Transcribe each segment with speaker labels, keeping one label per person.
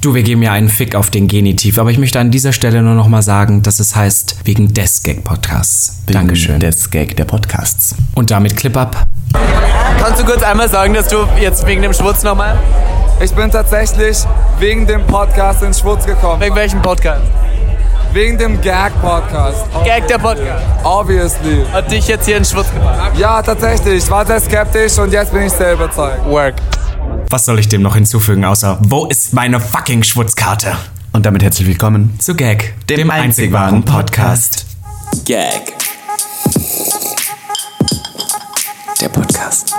Speaker 1: Du, wir geben ja einen Fick auf den Genitiv, aber ich möchte an dieser Stelle nur nochmal sagen, dass es heißt wegen des Gag-Podcasts.
Speaker 2: Wegen
Speaker 1: Dankeschön.
Speaker 2: Des Gag der Podcasts.
Speaker 1: Und damit Clip ab.
Speaker 3: Kannst du kurz einmal sagen, dass du jetzt wegen dem Schwutz nochmal?
Speaker 4: Ich bin tatsächlich wegen dem Podcast ins Schwutz gekommen.
Speaker 3: Wegen welchem Podcast?
Speaker 4: Wegen dem Gag-Podcast.
Speaker 3: Gag der Podcast.
Speaker 4: Obviously.
Speaker 3: Hat dich jetzt hier in den Schwutz gebracht.
Speaker 4: Ja, tatsächlich. Ich war sehr skeptisch und jetzt bin ich sehr überzeugt.
Speaker 3: Work.
Speaker 1: Was soll ich dem noch hinzufügen, außer wo ist meine fucking Schwutzkarte?
Speaker 2: Und damit herzlich willkommen.
Speaker 1: Zu Gag,
Speaker 2: Dem einzig wahren Podcast.
Speaker 5: Gag. Der Podcast.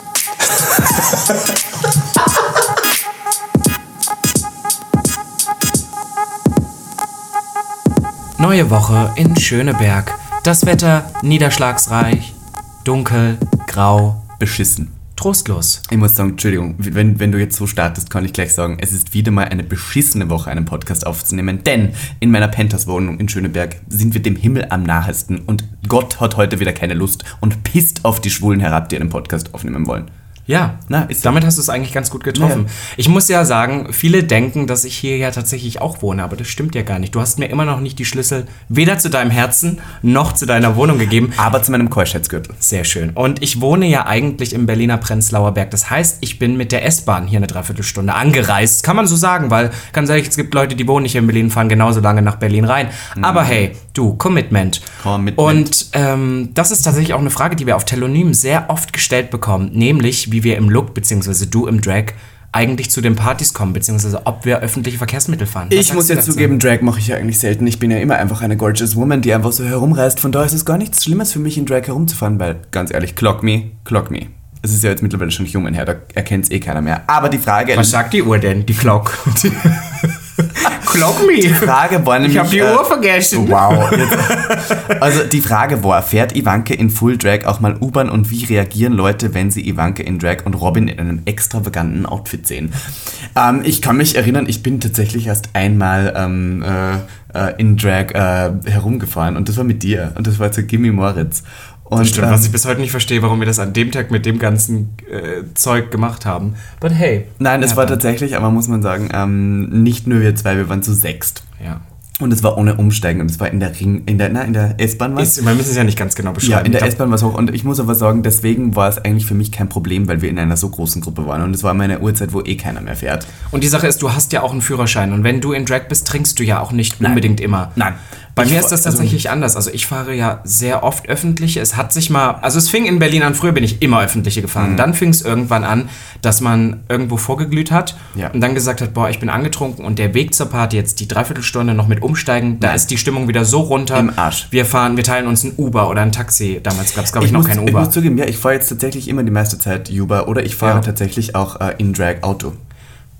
Speaker 1: Neue Woche in Schöneberg. Das Wetter niederschlagsreich, dunkel, grau,
Speaker 2: Beschissen.
Speaker 1: trostlos.
Speaker 2: Ich muss sagen, Entschuldigung, wenn, wenn du jetzt so startest, kann ich gleich sagen, es ist wieder mal eine beschissene Woche, einen Podcast aufzunehmen, denn in meiner Panthers-Wohnung in Schöneberg sind wir dem Himmel am nahesten und Gott hat heute wieder keine Lust und pisst auf die Schwulen herab, die einen Podcast aufnehmen wollen.
Speaker 1: Ja,
Speaker 2: Na, ist-
Speaker 1: damit hast du es eigentlich ganz gut getroffen.
Speaker 2: Ja.
Speaker 1: Ich muss ja sagen, viele denken, dass ich hier ja tatsächlich auch wohne, aber das stimmt ja gar nicht. Du hast mir immer noch nicht die Schlüssel weder zu deinem Herzen noch zu deiner Wohnung gegeben.
Speaker 2: Aber zu meinem Keuschheitsgürtel.
Speaker 1: Sehr schön. Und ich wohne ja eigentlich im Berliner Prenzlauer Berg. Das heißt, ich bin mit der S-Bahn hier eine Dreiviertelstunde angereist. Kann man so sagen, weil ganz ehrlich, es gibt Leute, die wohnen nicht in Berlin, fahren genauso lange nach Berlin rein. Aber hey, du, Commitment.
Speaker 2: Mhm. Commitment.
Speaker 1: Und ähm, das ist tatsächlich auch eine Frage, die wir auf Telonym sehr oft gestellt bekommen. Nämlich, wie wir im Look, beziehungsweise du im Drag, eigentlich zu den Partys kommen, beziehungsweise ob wir öffentliche Verkehrsmittel fahren. Was
Speaker 2: Ich
Speaker 1: sagst
Speaker 2: muss
Speaker 1: du
Speaker 2: ja
Speaker 1: dazu?
Speaker 2: zugeben, Drag mache ich ja eigentlich selten. Ich bin ja immer einfach eine gorgeous woman, die einfach so herumreist. Von daher ist es gar nichts Schlimmes für mich, in Drag herumzufahren, weil, ganz ehrlich, clock me, clock me. Es ist ja jetzt mittlerweile schon human her, da erkennt es eh keiner mehr. Aber die Frage...
Speaker 1: Was sagt die Uhr denn? Die Glock. Die Glock
Speaker 2: Die
Speaker 1: me.
Speaker 2: Frage war nämlich...
Speaker 1: Ich habe die
Speaker 2: äh,
Speaker 1: Uhr vergessen.
Speaker 2: Wow. Jetzt, also die Frage war, fährt Ivanka in Full Drag auch mal U-Bahn und wie reagieren Leute, wenn sie Ivanka in Drag und Robin in einem extravaganten Outfit sehen? Ähm, ich kann mich erinnern, ich bin tatsächlich erst einmal ähm, äh, äh, in Drag äh, herumgefahren und das war mit dir und das war zu Gimme Moritz. Und,
Speaker 1: Stimmt,
Speaker 2: ähm,
Speaker 1: was ich bis heute nicht verstehe, warum wir das an dem Tag mit dem ganzen äh, Zeug gemacht haben. But hey.
Speaker 2: nein, es
Speaker 1: Ja,
Speaker 2: war
Speaker 1: dann-
Speaker 2: tatsächlich, aber muss man sagen, ähm, nicht nur wir zwei, wir waren zu sechst.
Speaker 1: Ja.
Speaker 2: Und es war ohne Umsteigen und es war in der Ring, in der, na, in der S-Bahn was?
Speaker 1: Ist, wir müssen es ja nicht ganz genau beschreiben.
Speaker 2: Ja, in der
Speaker 1: Ich glaub,
Speaker 2: S-Bahn war es hoch. Und ich muss aber sagen, deswegen war es eigentlich für mich kein Problem, weil wir in einer so großen Gruppe waren. Und es war immer eine Uhrzeit, wo eh keiner mehr fährt.
Speaker 1: Und die Sache ist, du hast ja auch einen Führerschein. Und wenn du in Drag bist, trinkst du ja auch nicht unbedingt immer.
Speaker 2: Nein.
Speaker 1: Bei
Speaker 2: Ich
Speaker 1: mir
Speaker 2: fahr-
Speaker 1: ist das
Speaker 2: also-
Speaker 1: tatsächlich anders. Also ich fahre ja sehr oft öffentliche. Es hat sich mal, also es fing in Berlin an, früher bin ich immer öffentliche
Speaker 2: Mhm.
Speaker 1: gefahren. Dann fing es irgendwann an, dass man irgendwo vorgeglüht hat
Speaker 2: Ja.
Speaker 1: und dann gesagt hat, boah, ich bin angetrunken und der Weg zur Party jetzt die Dreiviertelstunde noch mit umsteigen, da
Speaker 2: Nein.
Speaker 1: ist die Stimmung wieder so runter.
Speaker 2: Im Arsch.
Speaker 1: Wir fahren, wir teilen uns ein Uber oder ein Taxi. Damals gab es, glaube ich, noch
Speaker 2: muss,
Speaker 1: kein
Speaker 2: ich
Speaker 1: Uber.
Speaker 2: muss zugeben, ja, ich fahre jetzt tatsächlich immer die meiste Zeit Uber oder ich fahre
Speaker 1: Ja.
Speaker 2: tatsächlich auch äh, in Drag Auto.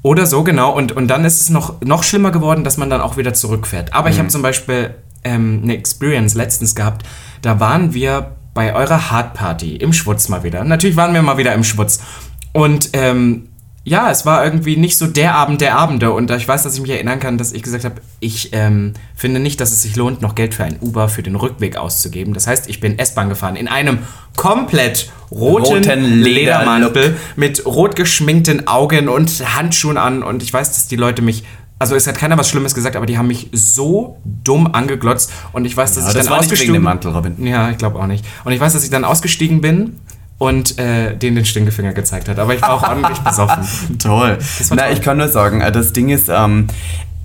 Speaker 1: Oder so, genau. Und, und dann ist es noch, noch schlimmer geworden, dass man dann auch wieder zurückfährt. Aber ich habe zum Beispiel ähm, eine Experience letztens gehabt. Da waren wir bei eurer Hardparty im Schwutz mal wieder. Natürlich waren wir mal wieder im Schwutz. Und ähm, ja, es war irgendwie nicht so der Abend der Abende. Und ich weiß, dass ich mich erinnern kann, dass ich gesagt habe, ich ähm, finde nicht, dass es sich lohnt, noch Geld für ein Uber für den Rückweg auszugeben. Das heißt, ich bin S-Bahn gefahren in einem komplett roten,
Speaker 2: Roten
Speaker 1: Ledermantel
Speaker 2: Ledermantel.
Speaker 1: mit rot geschminkten Augen und Handschuhen an und ich weiß, dass die Leute mich also es hat keiner was Schlimmes gesagt, aber die haben mich so dumm angeglotzt und ich weiß, dass ich
Speaker 2: das
Speaker 1: dann
Speaker 2: war nicht wegen
Speaker 1: ausgestiegen
Speaker 2: dem Mantel, Robin.
Speaker 1: Ja, ich glaube auch nicht. Und ich weiß, dass ich dann ausgestiegen bin und äh, denen den Stinkefinger gezeigt hat, aber ich war auch ordentlich besoffen. war
Speaker 2: Toll. Na,
Speaker 1: toll.
Speaker 2: ich kann nur sagen, äh, das Ding ist, ähm,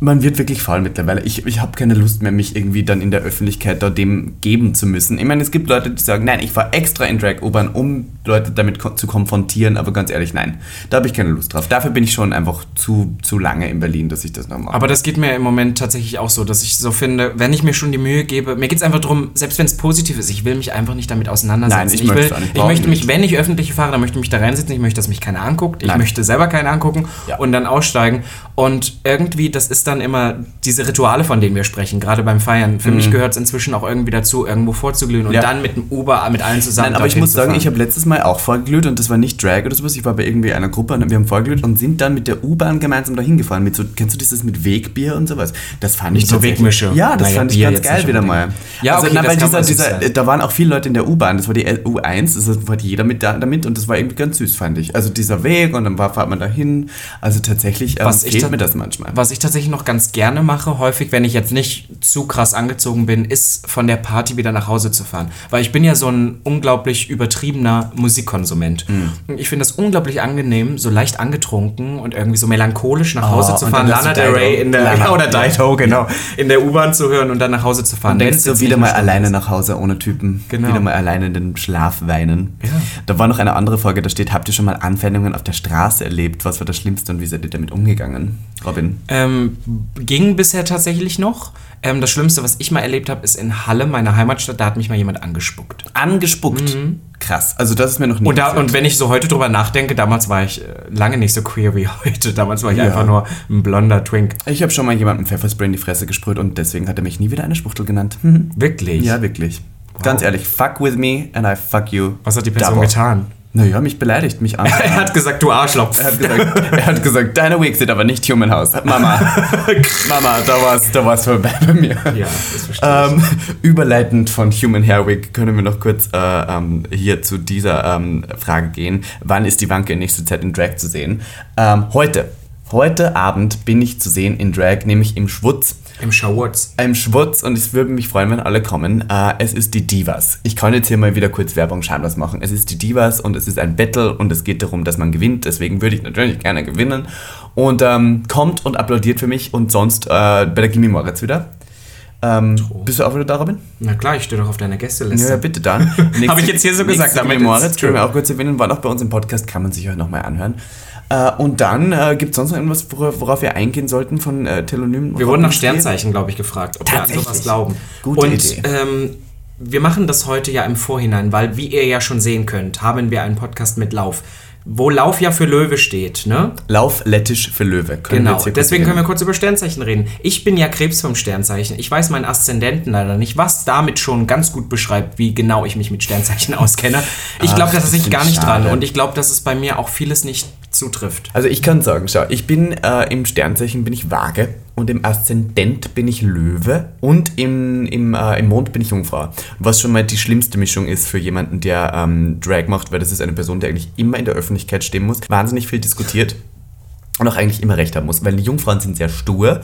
Speaker 2: man wird wirklich faul mittlerweile. Ich, ich habe keine Lust mehr, mich irgendwie dann in der Öffentlichkeit da dem geben zu müssen. Ich meine, es gibt Leute, die sagen, nein, ich fahre extra in Drag-U-Bahn, um Leute damit ko zu konfrontieren, aber ganz ehrlich, nein. Da habe ich keine Lust drauf. Dafür bin ich schon einfach zu, zu lange in Berlin, dass ich das noch mache.
Speaker 1: Aber das geht mir im Moment tatsächlich auch so, dass ich so finde, wenn ich mir schon die Mühe gebe, mir geht es einfach darum, selbst wenn es positiv ist, ich will mich einfach nicht damit auseinandersetzen.
Speaker 2: Nein, ich
Speaker 1: will,
Speaker 2: möchte es auch nicht.
Speaker 1: ich möchte
Speaker 2: Brauchen
Speaker 1: mich,
Speaker 2: nicht.
Speaker 1: wenn ich öffentlich fahre, dann möchte ich mich da reinsetzen, ich möchte, dass mich keiner anguckt, ich möchte selber keinen angucken
Speaker 2: Ja.
Speaker 1: und dann aussteigen. Und irgendwie, das ist dann dann immer diese Rituale, von denen wir sprechen, gerade beim Feiern. Für mich gehört es inzwischen auch irgendwie dazu, irgendwo vorzuglühen und
Speaker 2: Mhm. Ja.
Speaker 1: dann mit dem Uber, mit allen zusammen.
Speaker 2: Nein, aber ich
Speaker 1: dorthin
Speaker 2: muss
Speaker 1: zu
Speaker 2: sagen,
Speaker 1: fahren.
Speaker 2: ich habe letztes Mal auch vorgeglüht und das war nicht Drag oder sowas. Ich war bei irgendwie einer Gruppe und wir haben vorgeglüht und sind dann mit der U-Bahn gemeinsam dahin gefahren. Mit so, kennst du dieses mit Wegbier und sowas? Das fand ich
Speaker 1: Mit so
Speaker 2: tatsächlich-
Speaker 1: Wegmische.
Speaker 2: Ja, das
Speaker 1: Naja,
Speaker 2: fand ich
Speaker 1: Bier
Speaker 2: ganz
Speaker 1: jetzt
Speaker 2: geil
Speaker 1: nicht
Speaker 2: wieder mal.
Speaker 1: unbedingt. Ja, okay,
Speaker 2: also, na,
Speaker 1: das
Speaker 2: weil
Speaker 1: kann
Speaker 2: dieser,
Speaker 1: man so
Speaker 2: dieser,
Speaker 1: sagen.
Speaker 2: da waren auch viele Leute in der U-Bahn. Das war die L- U1, das war jeder mit da, damit und das war irgendwie ganz süß, fand ich. Also dieser Weg und dann war, fahrt man dahin. Also tatsächlich ähm,
Speaker 1: Was ich
Speaker 2: fehlt
Speaker 1: da-
Speaker 2: mir das manchmal.
Speaker 1: Was ich tatsächlich noch ganz gerne mache, häufig, wenn ich jetzt nicht zu krass angezogen bin, ist von der Party wieder nach Hause zu fahren. Weil ich bin ja so ein unglaublich übertriebener Musikkonsument.
Speaker 2: Mhm.
Speaker 1: Ich finde es unglaublich angenehm, so leicht angetrunken und irgendwie so melancholisch nach Hause zu
Speaker 2: Ah, Oh, und
Speaker 1: fahren,
Speaker 2: dann
Speaker 1: Lana
Speaker 2: dazu
Speaker 1: Del Rey
Speaker 2: Dido.
Speaker 1: in der
Speaker 2: Lana-
Speaker 1: oder Dido, genau, in der U-Bahn zu hören und dann nach Hause zu fahren. Wenn
Speaker 2: Denkst
Speaker 1: es
Speaker 2: du
Speaker 1: jetzt
Speaker 2: wieder
Speaker 1: nicht
Speaker 2: mal
Speaker 1: eine Stunde
Speaker 2: alleine
Speaker 1: ist.
Speaker 2: nach Hause ohne Typen?
Speaker 1: Genau.
Speaker 2: Wieder mal alleine in den Schlaf weinen.
Speaker 1: Ja.
Speaker 2: Da war noch eine andere Folge, da steht, habt ihr schon mal Anfeindungen auf der Straße erlebt? Was war das Schlimmste und wie seid ihr damit umgegangen, Robin?
Speaker 1: Ähm, ging bisher tatsächlich noch. Ähm, das Schlimmste, was ich mal erlebt habe, ist in Halle, meiner Heimatstadt, da hat mich mal jemand angespuckt.
Speaker 2: Angespuckt. Krass. Also das ist mir noch nie
Speaker 1: Und, da,
Speaker 2: passiert.
Speaker 1: und wenn ich so heute drüber nachdenke, damals war ich äh, lange nicht so queer wie heute. Damals war ich
Speaker 2: Ja.
Speaker 1: einfach nur ein blonder Twink.
Speaker 2: ich habe schon mal jemandem Pfefferspray in die Fresse gesprüht und deswegen hat er mich nie wieder eine Spuchtel genannt.
Speaker 1: Mhm.
Speaker 2: Hm.
Speaker 1: Wirklich?
Speaker 2: Ja, wirklich. Ganz ehrlich, fuck with me and I fuck you.
Speaker 1: Was hat die Person
Speaker 2: Double.
Speaker 1: getan?
Speaker 2: Naja, mich beleidigt, mich an.
Speaker 1: Er hat gesagt, du Arschloch.
Speaker 2: Er hat gesagt, er hat gesagt deine Wigs sind aber nicht Human House. Mama, Mama, da war's, da war's vorbei bei mir.
Speaker 1: Ja, das verstehe
Speaker 2: Ähm, überleitend von Human Hair Wig können wir noch kurz äh, ähm, hier zu dieser ähm, Frage gehen. Wann ist die Wanke in nächster Zeit in Drag zu sehen? Ähm, heute. Heute Abend bin ich zu sehen in Drag, nämlich im Schwutz
Speaker 1: ich. Im Showwords.
Speaker 2: einem Schwutz und es würde mich freuen, wenn alle kommen. Äh, es ist die Divas. Ich kann jetzt hier mal wieder kurz Werbung schamlos machen. Es ist die Divas und es ist ein Battle und es geht darum, dass man gewinnt. Deswegen würde ich natürlich gerne gewinnen. Und ähm, kommt und applaudiert für mich und sonst äh, bei der Gimme Moritz wieder. Ähm, bist du auch wieder da, Robin?
Speaker 1: Na klar, ich stehe doch auf deiner Gästeliste.
Speaker 2: Ja, ja, bitte dann.
Speaker 1: Habe ich jetzt hier so gesagt,
Speaker 2: Damit
Speaker 1: damit
Speaker 2: Moritz,
Speaker 1: ist-
Speaker 2: können wir auch kurz erwähnen, war noch bei uns im Podcast, kann man sich auch nochmal anhören. Äh, und dann äh, gibt es sonst noch irgendwas, worauf, worauf wir eingehen sollten von äh, Telonymen?
Speaker 1: Wir wurden nach Sternzeichen, glaube ich, gefragt, ob wir an sowas
Speaker 2: Tatsächlich.
Speaker 1: glauben.
Speaker 2: Gute
Speaker 1: und,
Speaker 2: Idee.
Speaker 1: Ähm, wir machen das heute ja im Vorhinein, weil, wie ihr ja schon sehen könnt, haben wir einen Podcast mit Lauf. Wo Lauf ja für Löwe steht, ne?
Speaker 2: Lauf lettisch für Löwe. Können
Speaker 1: Genau,
Speaker 2: wir jetzt hier kurz
Speaker 1: deswegen
Speaker 2: erwähnen.
Speaker 1: können wir kurz über Sternzeichen reden. Ich bin ja Krebs vom Sternzeichen. Ich weiß meinen Aszendenten leider nicht, was damit schon ganz gut beschreibt, wie genau ich mich mit Sternzeichen auskenne. Ich glaube da
Speaker 2: das
Speaker 1: tatsächlich
Speaker 2: finde
Speaker 1: gar
Speaker 2: ich
Speaker 1: nicht dran
Speaker 2: schade.
Speaker 1: und ich glaube, dass es bei mir auch vieles nicht zutrifft.
Speaker 2: Also ich kann sagen, schau, ich bin äh, im Sternzeichen bin ich Waage und im Aszendent bin ich Löwe und im, im, äh, im Mond bin ich Jungfrau. Was schon mal die schlimmste Mischung ist für jemanden, der ähm, Drag macht, weil das ist eine Person, die eigentlich immer in der Öffentlichkeit stehen muss, wahnsinnig viel diskutiert und auch eigentlich immer recht haben muss, weil die Jungfrauen sind sehr stur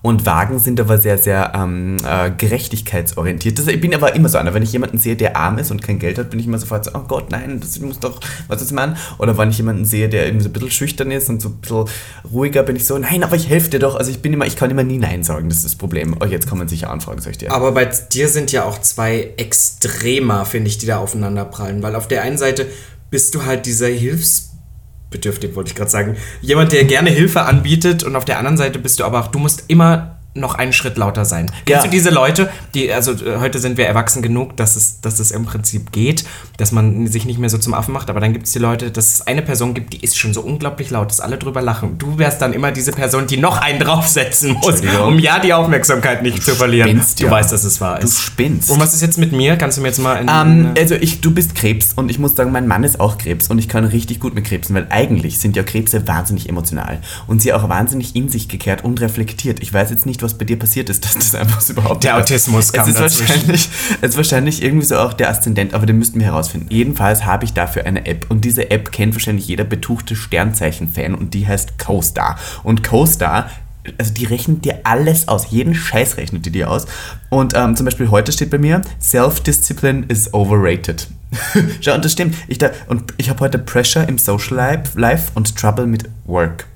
Speaker 2: und Wagen sind aber sehr, sehr ähm, äh, gerechtigkeitsorientiert. Das, ich bin aber immer so einer, wenn ich jemanden sehe, der arm ist und kein Geld hat, bin ich immer sofort so, oh Gott, nein, das muss doch, was ist Mann? Oder wenn ich jemanden sehe, der eben so ein bisschen schüchtern ist und so ein bisschen ruhiger, bin ich so, nein, aber ich helfe dir doch. Also ich bin immer, ich kann immer nie Nein sagen, das ist das Problem. Oh, jetzt kann man sicher anfragen, sag ich dir.
Speaker 1: Aber bei dir sind ja auch zwei Extremer, finde ich, die da aufeinander prallen. Weil auf der einen Seite bist du halt dieser Hilfsbedürftig, wollte ich gerade sagen. Jemand, der gerne Hilfe anbietet und auf der anderen Seite bist du aber auch, du musst immer noch einen Schritt lauter sein. Kennst du
Speaker 2: Ja.
Speaker 1: diese Leute, die, also äh, heute sind wir erwachsen genug, dass es, dass es im Prinzip geht, dass man sich nicht mehr so zum Affen macht, aber dann gibt es die Leute, dass es eine Person gibt, die ist schon so unglaublich laut, dass alle drüber lachen. Du wärst dann immer diese Person, die noch einen draufsetzen muss,
Speaker 2: Entschuldigung.
Speaker 1: um ja die Aufmerksamkeit nicht zu verlieren
Speaker 2: spinnst
Speaker 1: du
Speaker 2: ja.
Speaker 1: weißt, dass es wahr
Speaker 2: Du
Speaker 1: ist.
Speaker 2: spinnst.
Speaker 1: Und was ist jetzt mit mir? Kannst du mir jetzt mal in.
Speaker 2: Ähm,
Speaker 1: in-
Speaker 2: also ich, du bist Krebs und ich muss sagen, mein Mann ist auch Krebs und ich kann richtig gut mit Krebsen, weil eigentlich sind ja Krebse wahnsinnig emotional und sie auch wahnsinnig in sich gekehrt und reflektiert. Ich weiß jetzt nicht, was bei dir passiert ist, dass das einfach so überhaupt
Speaker 1: Der
Speaker 2: nicht-
Speaker 1: Autismus kam
Speaker 2: es ist
Speaker 1: dazwischen.
Speaker 2: wahrscheinlich, es ist wahrscheinlich irgendwie so auch der Aszendent, aber den müssten wir herausfinden. Jedenfalls habe ich dafür eine App und diese App kennt wahrscheinlich jeder betuchte Sternzeichen-Fan und die heißt CoStar. Und CoStar also die rechnet dir alles aus, jeden Scheiß rechnet die dir aus. Und ähm, zum Beispiel heute steht bei mir, Self-Discipline is overrated. Schau, und das stimmt. Ich da, und ich habe heute Pressure im Social Life, Life und Trouble mit Work.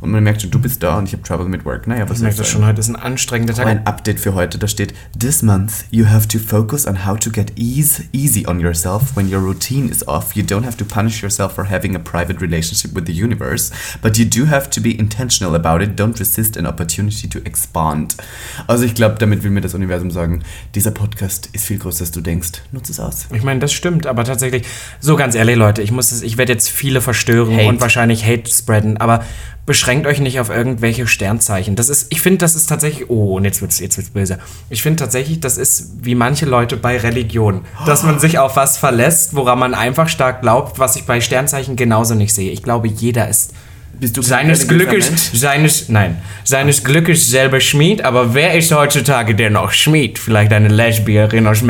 Speaker 2: Und man merkt schon, du bist da und ich habe Trouble mit Work. Naja, was
Speaker 1: ich
Speaker 2: soll
Speaker 1: merke
Speaker 2: ich
Speaker 1: das
Speaker 2: sagen?
Speaker 1: schon, heute ist ein anstrengender Tag.
Speaker 2: Ein Update für heute, da steht: This month you have to focus on how to get ease easy on yourself when your routine is off. You don't have to punish yourself for having a private relationship with the universe, but you do have to be intentional about it. Don't resist an opportunity to expand. Also ich glaube, damit will mir das Universum sagen, dieser Podcast ist viel größer, als du denkst. Nutz es aus.
Speaker 1: Ich meine, das stimmt, aber tatsächlich, so ganz ehrlich, Leute, ich muss es, ich werde jetzt viele verstören
Speaker 2: Hate.
Speaker 1: und wahrscheinlich Hate spreaden, aber beschränkt euch nicht auf irgendwelche Sternzeichen. Das ist, ich finde, das ist tatsächlich, oh, und jetzt wird's, jetzt wird's böse. Ich finde tatsächlich, das ist wie manche Leute bei Religion, dass man sich auf was verlässt, woran man einfach stark glaubt, was ich bei Sternzeichen genauso nicht sehe. Ich glaube, jeder ist
Speaker 2: Bist du
Speaker 1: seines Glückes, seines, nein, seines
Speaker 2: Ah.
Speaker 1: Glückes selber Schmied, aber wer ist heutzutage denn noch Schmied? Vielleicht eine Lesbierin aus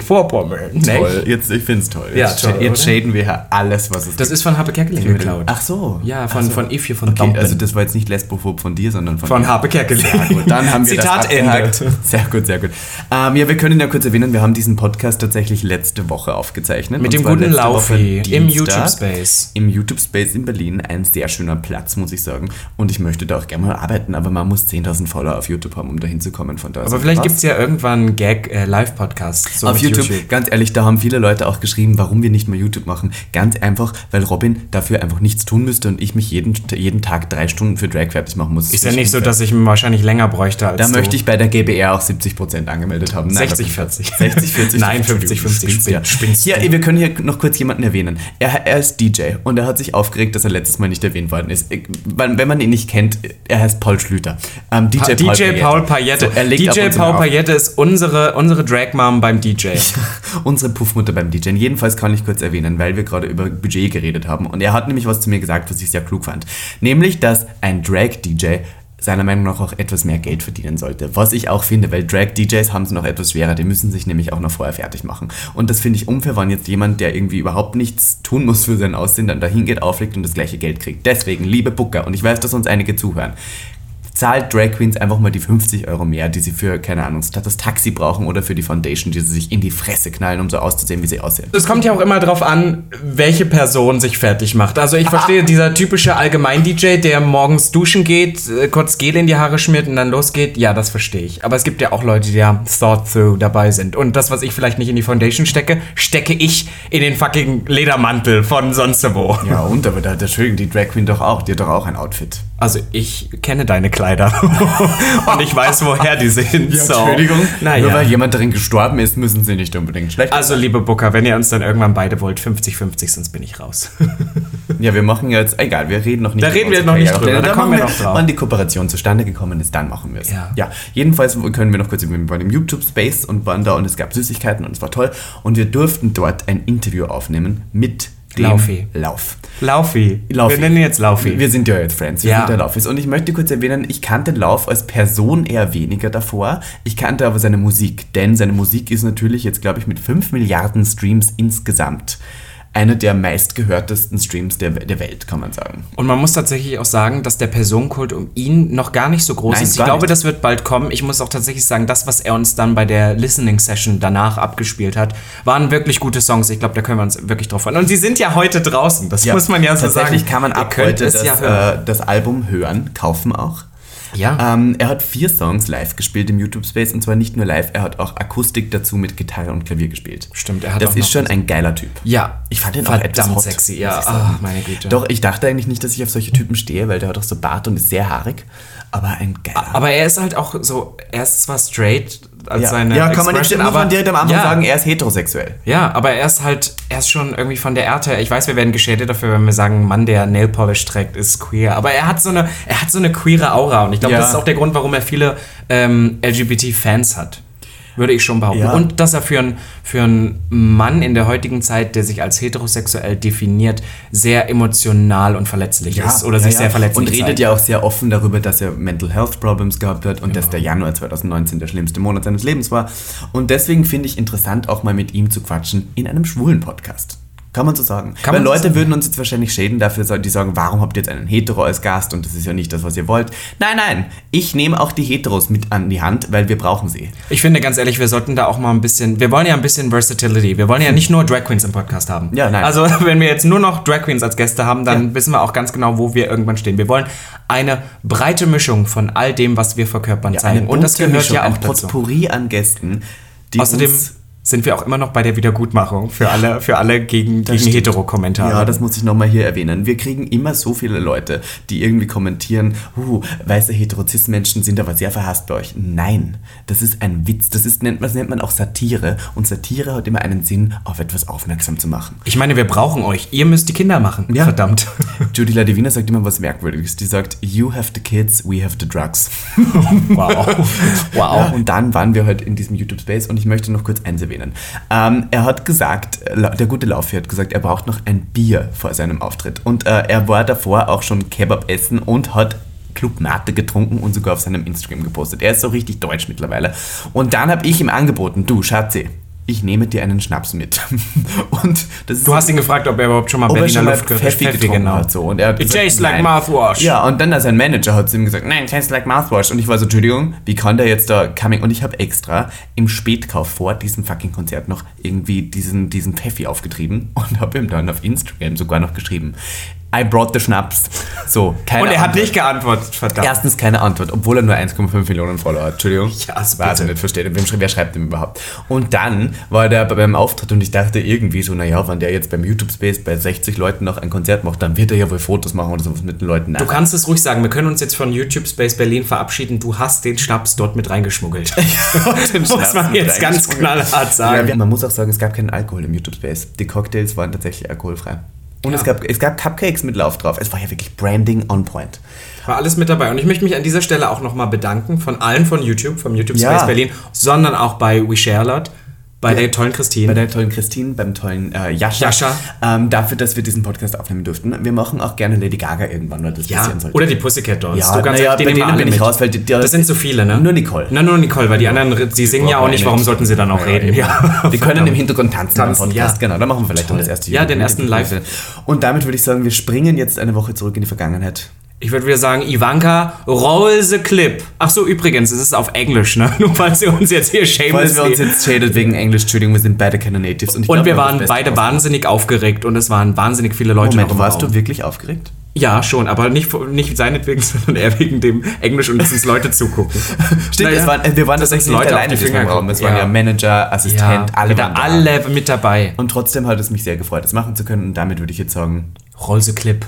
Speaker 1: Mecklenburg-Vorpommern,
Speaker 2: Toll.
Speaker 1: ne?
Speaker 2: Jetzt, ich find's toll.
Speaker 1: Ja,
Speaker 2: jetzt,
Speaker 1: toll,
Speaker 2: scha- jetzt
Speaker 1: oder?
Speaker 2: schäden wir hier alles, was es
Speaker 1: Das ist von Harpe Kerkeling geklaut.
Speaker 2: Ach so.
Speaker 1: Ja, von,
Speaker 2: Ach so.
Speaker 1: von Ifje von
Speaker 2: Okay,
Speaker 1: Dampen.
Speaker 2: also das war jetzt nicht lesbophob von dir, sondern von
Speaker 1: Von Harpe Kerkeling.
Speaker 2: Sehr gut, dann haben wir
Speaker 1: Zitat
Speaker 2: das abgehakt.
Speaker 1: Ende.
Speaker 2: Sehr gut, sehr gut. Ähm, ja, wir können ja kurz erwähnen, wir haben diesen Podcast tatsächlich letzte Woche aufgezeichnet.
Speaker 1: Mit
Speaker 2: Und
Speaker 1: dem
Speaker 2: zwar
Speaker 1: guten
Speaker 2: letzte Woche
Speaker 1: Laufi im
Speaker 2: Dienstag.
Speaker 1: YouTube-Space.
Speaker 2: Im YouTube-Space in Berlin. Ein sehr schöner Platz, muss ich sagen. Und ich möchte da auch gerne mal arbeiten, aber man muss 10.000 Follower auf YouTube haben, um da hinzukommen. Von da
Speaker 1: Aber vielleicht gibt es ja irgendwann einen Gag-Live-Podcast. so
Speaker 2: auf
Speaker 1: mit
Speaker 2: YouTube, ganz ehrlich, da haben viele Leute auch geschrieben, warum wir nicht mehr YouTube machen. Ganz einfach, weil Robin dafür einfach nichts tun müsste und ich mich jeden, jeden Tag drei Stunden für Drag Raps machen muss.
Speaker 1: Ist ja nicht so, dass ich wahrscheinlich länger bräuchte als
Speaker 2: Da
Speaker 1: du.
Speaker 2: möchte ich bei der GBR auch 70% angemeldet haben.
Speaker 1: 60,
Speaker 2: aber-
Speaker 1: 40.
Speaker 2: 60, 40.
Speaker 1: Nein, 50, 50,
Speaker 2: Spinnst, ja.
Speaker 1: spinnst
Speaker 2: Hier,
Speaker 1: du.
Speaker 2: ey, wir können hier noch kurz jemanden erwähnen. Er, er ist DJ und er hat sich aufgeregt, dass er letztes Mal nicht erwähnt worden ist. Ich- Wenn wenn man ihn nicht kennt, er heißt Paul Schlüter. Ähm, DJ,
Speaker 1: Pa DJ Paul Paillette.
Speaker 2: So, er legt ab
Speaker 1: DJ
Speaker 2: und zu
Speaker 1: Paul
Speaker 2: mal auf.
Speaker 1: Paillette ist unsere, unsere Drag-Mom beim DJ.
Speaker 2: unsere Puffmutter beim DJen. Jedenfalls kann ich kurz erwähnen, weil wir gerade über Budget geredet haben. Und er hat nämlich was zu mir gesagt, was ich sehr klug fand. Nämlich, dass ein Drag-DJ seiner Meinung nach auch etwas mehr Geld verdienen sollte. Was ich auch finde, weil Drag-DJs haben es noch etwas schwerer. Die müssen sich nämlich auch noch vorher fertig machen. Und das finde ich unfair, wenn jetzt jemand, der irgendwie überhaupt nichts tun muss für sein Aussehen, dann dahin geht, auflegt und das gleiche Geld kriegt. Deswegen, liebe Booker, und ich weiß, dass uns einige zuhören, zahlt Drag Queens einfach mal die 50 Euro mehr, die sie für, keine Ahnung, das Taxi brauchen oder für die Foundation, die sie sich in die Fresse knallen, um so auszusehen, wie sie aussehen.
Speaker 1: Es kommt ja auch immer darauf an, welche Person sich fertig macht. Also
Speaker 2: Ah.
Speaker 1: ich verstehe, dieser typische Allgemein-DJ, der morgens duschen geht, äh, kurz Gel in die Haare schmiert und dann losgeht, ja, das verstehe ich. Aber es gibt ja auch Leute, die ja thought-through dabei sind. Und das, was ich vielleicht nicht in die Foundation stecke, stecke ich in den fucking Ledermantel von sonst wo.
Speaker 2: Ja, und aber da, da Entschuldigung, die Drag Queen doch auch, die hat doch auch ein Outfit.
Speaker 1: Also ich kenne deine Kleider und ich weiß, woher die sind.
Speaker 2: Ja,
Speaker 1: so.
Speaker 2: Entschuldigung. Nur
Speaker 1: Naja.
Speaker 2: weil jemand darin gestorben ist, müssen sie nicht unbedingt schlecht.
Speaker 1: Also liebe Booker, wenn ihr uns dann irgendwann beide wollt, 50-50, sonst bin ich raus.
Speaker 2: ja, wir machen jetzt, egal, wir reden noch nicht
Speaker 1: Da
Speaker 2: über
Speaker 1: reden wir
Speaker 2: unsere
Speaker 1: noch nicht
Speaker 2: Karriere.
Speaker 1: drüber,
Speaker 2: Da,
Speaker 1: da
Speaker 2: kommen wir
Speaker 1: noch drauf.
Speaker 2: Wann die Kooperation zustande gekommen ist, dann machen wir es.
Speaker 1: Ja.
Speaker 2: Jedenfalls können wir noch kurz über bei dem YouTube-Space und waren da und es gab Süßigkeiten und es war toll. Und wir durften dort ein Interview aufnehmen mit dem
Speaker 1: Laufi.
Speaker 2: Lauf.
Speaker 1: Laufi.
Speaker 2: Laufi.
Speaker 1: Wir nennen ihn jetzt Laufi.
Speaker 2: Wir sind ja jetzt Friends, wir
Speaker 1: Ja.
Speaker 2: sind der Laufis. Und ich möchte kurz erwähnen, ich kannte Lauf als Person eher weniger davor. Ich kannte aber seine Musik, denn seine Musik ist natürlich jetzt, glaube ich, mit 5 Milliarden Streams insgesamt eine der meistgehörtesten Streams der, der Welt, kann man sagen.
Speaker 1: Und man muss tatsächlich auch sagen, dass der Personenkult um ihn noch gar nicht so groß
Speaker 2: Nein,
Speaker 1: ist. Ich
Speaker 2: gar
Speaker 1: glaube,
Speaker 2: nicht.
Speaker 1: das wird bald kommen. Ich muss auch tatsächlich sagen, das, was er uns dann bei der Listening Session danach abgespielt hat, waren wirklich gute Songs. Ich glaube, da können wir uns wirklich drauf freuen. Und sie sind ja heute draußen. Das muss man ja so sagen.
Speaker 2: Tatsächlich kann man
Speaker 1: Ihr
Speaker 2: ab
Speaker 1: könnt
Speaker 2: heute
Speaker 1: es
Speaker 2: das,
Speaker 1: ja hören.
Speaker 2: äh, das Album hören, kaufen auch.
Speaker 1: ja.
Speaker 2: Ähm, er hat vier Songs live gespielt im YouTube-Space und zwar nicht nur live, er hat auch Akustik dazu mit Gitarre und Klavier gespielt.
Speaker 1: Stimmt, er hat
Speaker 2: Das
Speaker 1: auch
Speaker 2: ist
Speaker 1: noch-
Speaker 2: schon ein geiler Typ.
Speaker 1: ja.
Speaker 2: Ich fand den auch
Speaker 1: verdammt
Speaker 2: etwas hot,
Speaker 1: sexy.
Speaker 2: muss
Speaker 1: Ja,
Speaker 2: ich sagen.
Speaker 1: ach, meine Güte.
Speaker 2: Doch, ich dachte eigentlich nicht, dass ich auf solche Typen stehe, weil der hat doch so Bart und ist sehr haarig. Aber ein geiler.
Speaker 1: Aber er ist halt auch so, er ist zwar straight als
Speaker 2: ja.
Speaker 1: seine
Speaker 2: ja, kann man nicht
Speaker 1: Expression,
Speaker 2: muss man direkt am Anfang
Speaker 1: ja,
Speaker 2: sagen, er ist heterosexuell.
Speaker 1: Ja, aber er ist halt, er ist schon irgendwie von der Erde. Ich weiß, wir werden geschädigt dafür, wenn wir sagen, Mann, der Nail Polish trägt, ist queer. Aber er hat so eine, er hat so eine queere Aura und ich glaube,
Speaker 2: Ja.
Speaker 1: das ist auch der Grund, warum er viele ähm, LGBT-Fans hat. Würde ich schon behaupten.
Speaker 2: Ja.
Speaker 1: Und dass er für, einen- für einen Mann in der heutigen Zeit, der sich als heterosexuell definiert, sehr emotional und verletzlich ist. Oder sich sehr verletzlich
Speaker 2: Und redet
Speaker 1: zeigt.
Speaker 2: ja auch sehr offen darüber, dass er Mental Health Problems gehabt hat und
Speaker 1: Genau.
Speaker 2: dass der Januar 2019 der schlimmste Monat seines Lebens war. Und deswegen finde ich interessant, auch mal mit ihm zu quatschen in einem schwulen Podcast. Kann man so sagen.
Speaker 1: Kann
Speaker 2: Weil
Speaker 1: man so
Speaker 2: Leute
Speaker 1: sagen.
Speaker 2: würden uns jetzt wahrscheinlich schäden dafür, so- die sagen, warum habt ihr jetzt einen Hetero als Gast und das ist ja nicht das, was ihr wollt. Nein, nein, ich nehme auch die Heteros mit an die Hand, weil wir brauchen sie.
Speaker 1: Ich finde ganz ehrlich, wir sollten da auch mal ein bisschen, wir wollen ja ein bisschen Versatility. Wir wollen ja nicht nur Drag Queens im Podcast haben.
Speaker 2: Ja, nein.
Speaker 1: Also, wenn wir jetzt nur noch Drag Queens als Gäste haben, dann wissen wir auch ganz genau, wo wir irgendwann stehen. Wir wollen eine breite Mischung von all dem, was wir verkörpern, zeigen. Und das
Speaker 2: bunte
Speaker 1: gehört
Speaker 2: Mischung,
Speaker 1: ja
Speaker 2: ein
Speaker 1: auch dazu.
Speaker 2: Potpourri an Gästen, die
Speaker 1: Außerdem
Speaker 2: uns
Speaker 1: sind wir auch immer noch bei der Wiedergutmachung für alle, für alle gegen, gegen Hetero-Kommentare.
Speaker 2: Ja, das muss ich nochmal hier erwähnen. Wir kriegen immer so viele Leute, die irgendwie kommentieren, uh, weiße Heterozis-Menschen sind aber sehr verhasst bei euch. Nein, das ist ein Witz. Das ist, nennt, das nennt man auch Satire. Und Satire hat immer einen Sinn, auf etwas aufmerksam zu machen.
Speaker 1: ich meine, wir brauchen euch. Ihr müsst die Kinder machen.
Speaker 2: Ja.
Speaker 1: Verdammt.
Speaker 2: Judy Ladivina sagt immer was Merkwürdiges. Die sagt, you have the kids, we have the drugs.
Speaker 1: Wow.
Speaker 2: Ja, und dann waren wir heute in diesem YouTube-Space und ich möchte noch kurz eins erwähnen. Ähm, er hat gesagt, La- der gute Laufi hat gesagt, er braucht noch ein Bier vor seinem Auftritt. Und äh, er war davor auch schon Kebab essen und hat Club Mate getrunken und sogar auf seinem Instagram gepostet. Er ist so richtig deutsch mittlerweile. Und dann habe ich ihm angeboten, du Schatzi, ich nehme dir einen Schnaps mit. Und das ist
Speaker 1: Du hast ihn gefragt, ob er überhaupt schon mal
Speaker 2: ob er
Speaker 1: Berliner
Speaker 2: schon mal
Speaker 1: Luft
Speaker 2: Pfeffi,
Speaker 1: gehört hat. genau.
Speaker 2: getrunken hat. So. Und er hat
Speaker 1: It tastes like
Speaker 2: nein.
Speaker 1: mouthwash.
Speaker 2: Ja, und dann hat sein Manager hat zu ihm gesagt, nein, it tastes like mouthwash. Und ich war so, Entschuldigung, wie kann der jetzt da coming? Und ich habe extra im Spätkauf vor diesem fucking Konzert noch irgendwie diesen, diesen Pfeffi aufgetrieben und habe ihm dann auf Instagram sogar noch geschrieben, I brought the Schnaps. So, keine
Speaker 1: Und er hat
Speaker 2: Antwort.
Speaker 1: nicht geantwortet. Verdammt.
Speaker 2: Erstens keine Antwort, obwohl er nur 1,5 Millionen Follower hat. Entschuldigung.
Speaker 1: Ja,
Speaker 2: das
Speaker 1: also
Speaker 2: war also
Speaker 1: bitte.
Speaker 2: nicht versteht. Wem, schreibt- wer schreibt ihm überhaupt? Und dann war der bei- beim Auftritt und ich dachte irgendwie so, naja, wenn der jetzt beim YouTube Space bei 60 Leuten noch ein Konzert macht, dann wird er ja wohl Fotos machen oder sowas mit den Leuten.
Speaker 1: Du kannst es ruhig sagen. Wir können uns jetzt von YouTube Space Berlin verabschieden. Du hast den Schnaps dort mit reingeschmuggelt. Muss man jetzt ganz knallhart
Speaker 2: ja,
Speaker 1: sagen.
Speaker 2: wir- man muss auch sagen, es gab keinen Alkohol im YouTube Space. Die Cocktails waren tatsächlich alkoholfrei. Und es, gab, es gab Cupcakes mit Lauf drauf. Es war ja wirklich Branding on point.
Speaker 1: War alles mit dabei. Und ich möchte mich an dieser Stelle auch nochmal bedanken von allen von YouTube, vom YouTube Space
Speaker 2: Ja.
Speaker 1: Berlin, sondern auch bei We Share a Lot, bei der tollen Christine.
Speaker 2: bei der tollen Christine, beim tollen äh, Jascha,
Speaker 1: Jascha.
Speaker 2: Ähm, dafür, dass wir diesen Podcast aufnehmen durften. Wir machen auch gerne Lady Gaga irgendwann, weil das
Speaker 1: ja,
Speaker 2: passieren sollte.
Speaker 1: oder die Pussycat Dolls.
Speaker 2: Ja,
Speaker 1: du ganz
Speaker 2: naja,
Speaker 1: ehrlich, die
Speaker 2: bei
Speaker 1: nehmen
Speaker 2: denen
Speaker 1: alle
Speaker 2: bin ich
Speaker 1: mit.
Speaker 2: raus, weil die- die-
Speaker 1: das sind zu viele, ne?
Speaker 2: Nur Nicole.
Speaker 1: Na, nur Nicole, weil die anderen, die singen ja auch
Speaker 2: brauchen
Speaker 1: nicht.
Speaker 2: wir
Speaker 1: Warum
Speaker 2: nicht.
Speaker 1: sollten sie dann auch reden?
Speaker 2: Ja. Wir können im
Speaker 1: Verdammt.
Speaker 2: Hintergrund tanzen,
Speaker 1: Tanzen,
Speaker 2: im Podcast,
Speaker 1: ja.
Speaker 2: genau. Da machen wir vielleicht noch das erste
Speaker 1: Ja,
Speaker 2: Video.
Speaker 1: den ersten Live.
Speaker 2: Und damit würde ich sagen, wir springen jetzt eine Woche zurück in die Vergangenheit.
Speaker 1: Ich würde wieder sagen, Ivanka, roll the clip. Ach so, übrigens, es ist auf Englisch, ne? Nur falls ihr uns jetzt hier
Speaker 2: Weil
Speaker 1: shamelessly...
Speaker 2: wir uns jetzt shaded wegen Englisch, Entschuldigung, wir sind beide keine Natives. ich
Speaker 1: und
Speaker 2: glaube,
Speaker 1: wir
Speaker 2: haben das
Speaker 1: waren
Speaker 2: Beste
Speaker 1: beide
Speaker 2: raus.
Speaker 1: wahnsinnig aufgeregt und es waren wahnsinnig viele Leute noch
Speaker 2: Moment,
Speaker 1: im
Speaker 2: warst
Speaker 1: Raum.
Speaker 2: du wirklich aufgeregt?
Speaker 1: Ja, schon, aber nicht, nicht seinetwegen, sondern eher wegen dem Englisch und dass uns Leute zugucken.
Speaker 2: Stimmt,
Speaker 1: Naja,
Speaker 2: es waren, wir waren
Speaker 1: dass uns
Speaker 2: tatsächlich nicht
Speaker 1: Leute auf
Speaker 2: alleine
Speaker 1: die
Speaker 2: in diesem
Speaker 1: Finger
Speaker 2: Raum.
Speaker 1: gucken.
Speaker 2: Es waren ja,
Speaker 1: Ja.
Speaker 2: Manager, Assistent, alle
Speaker 1: wieder
Speaker 2: waren da.
Speaker 1: alle mit dabei.
Speaker 2: Und trotzdem hat es mich sehr gefreut, das machen zu können. Und damit würde ich jetzt sagen,
Speaker 1: Roll the clip.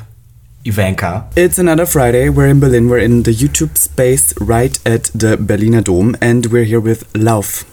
Speaker 1: Ivanka.
Speaker 6: It's another Friday. We're in Berlin. We're in the YouTube space right at the Berliner Dom, and we're here with Lauf.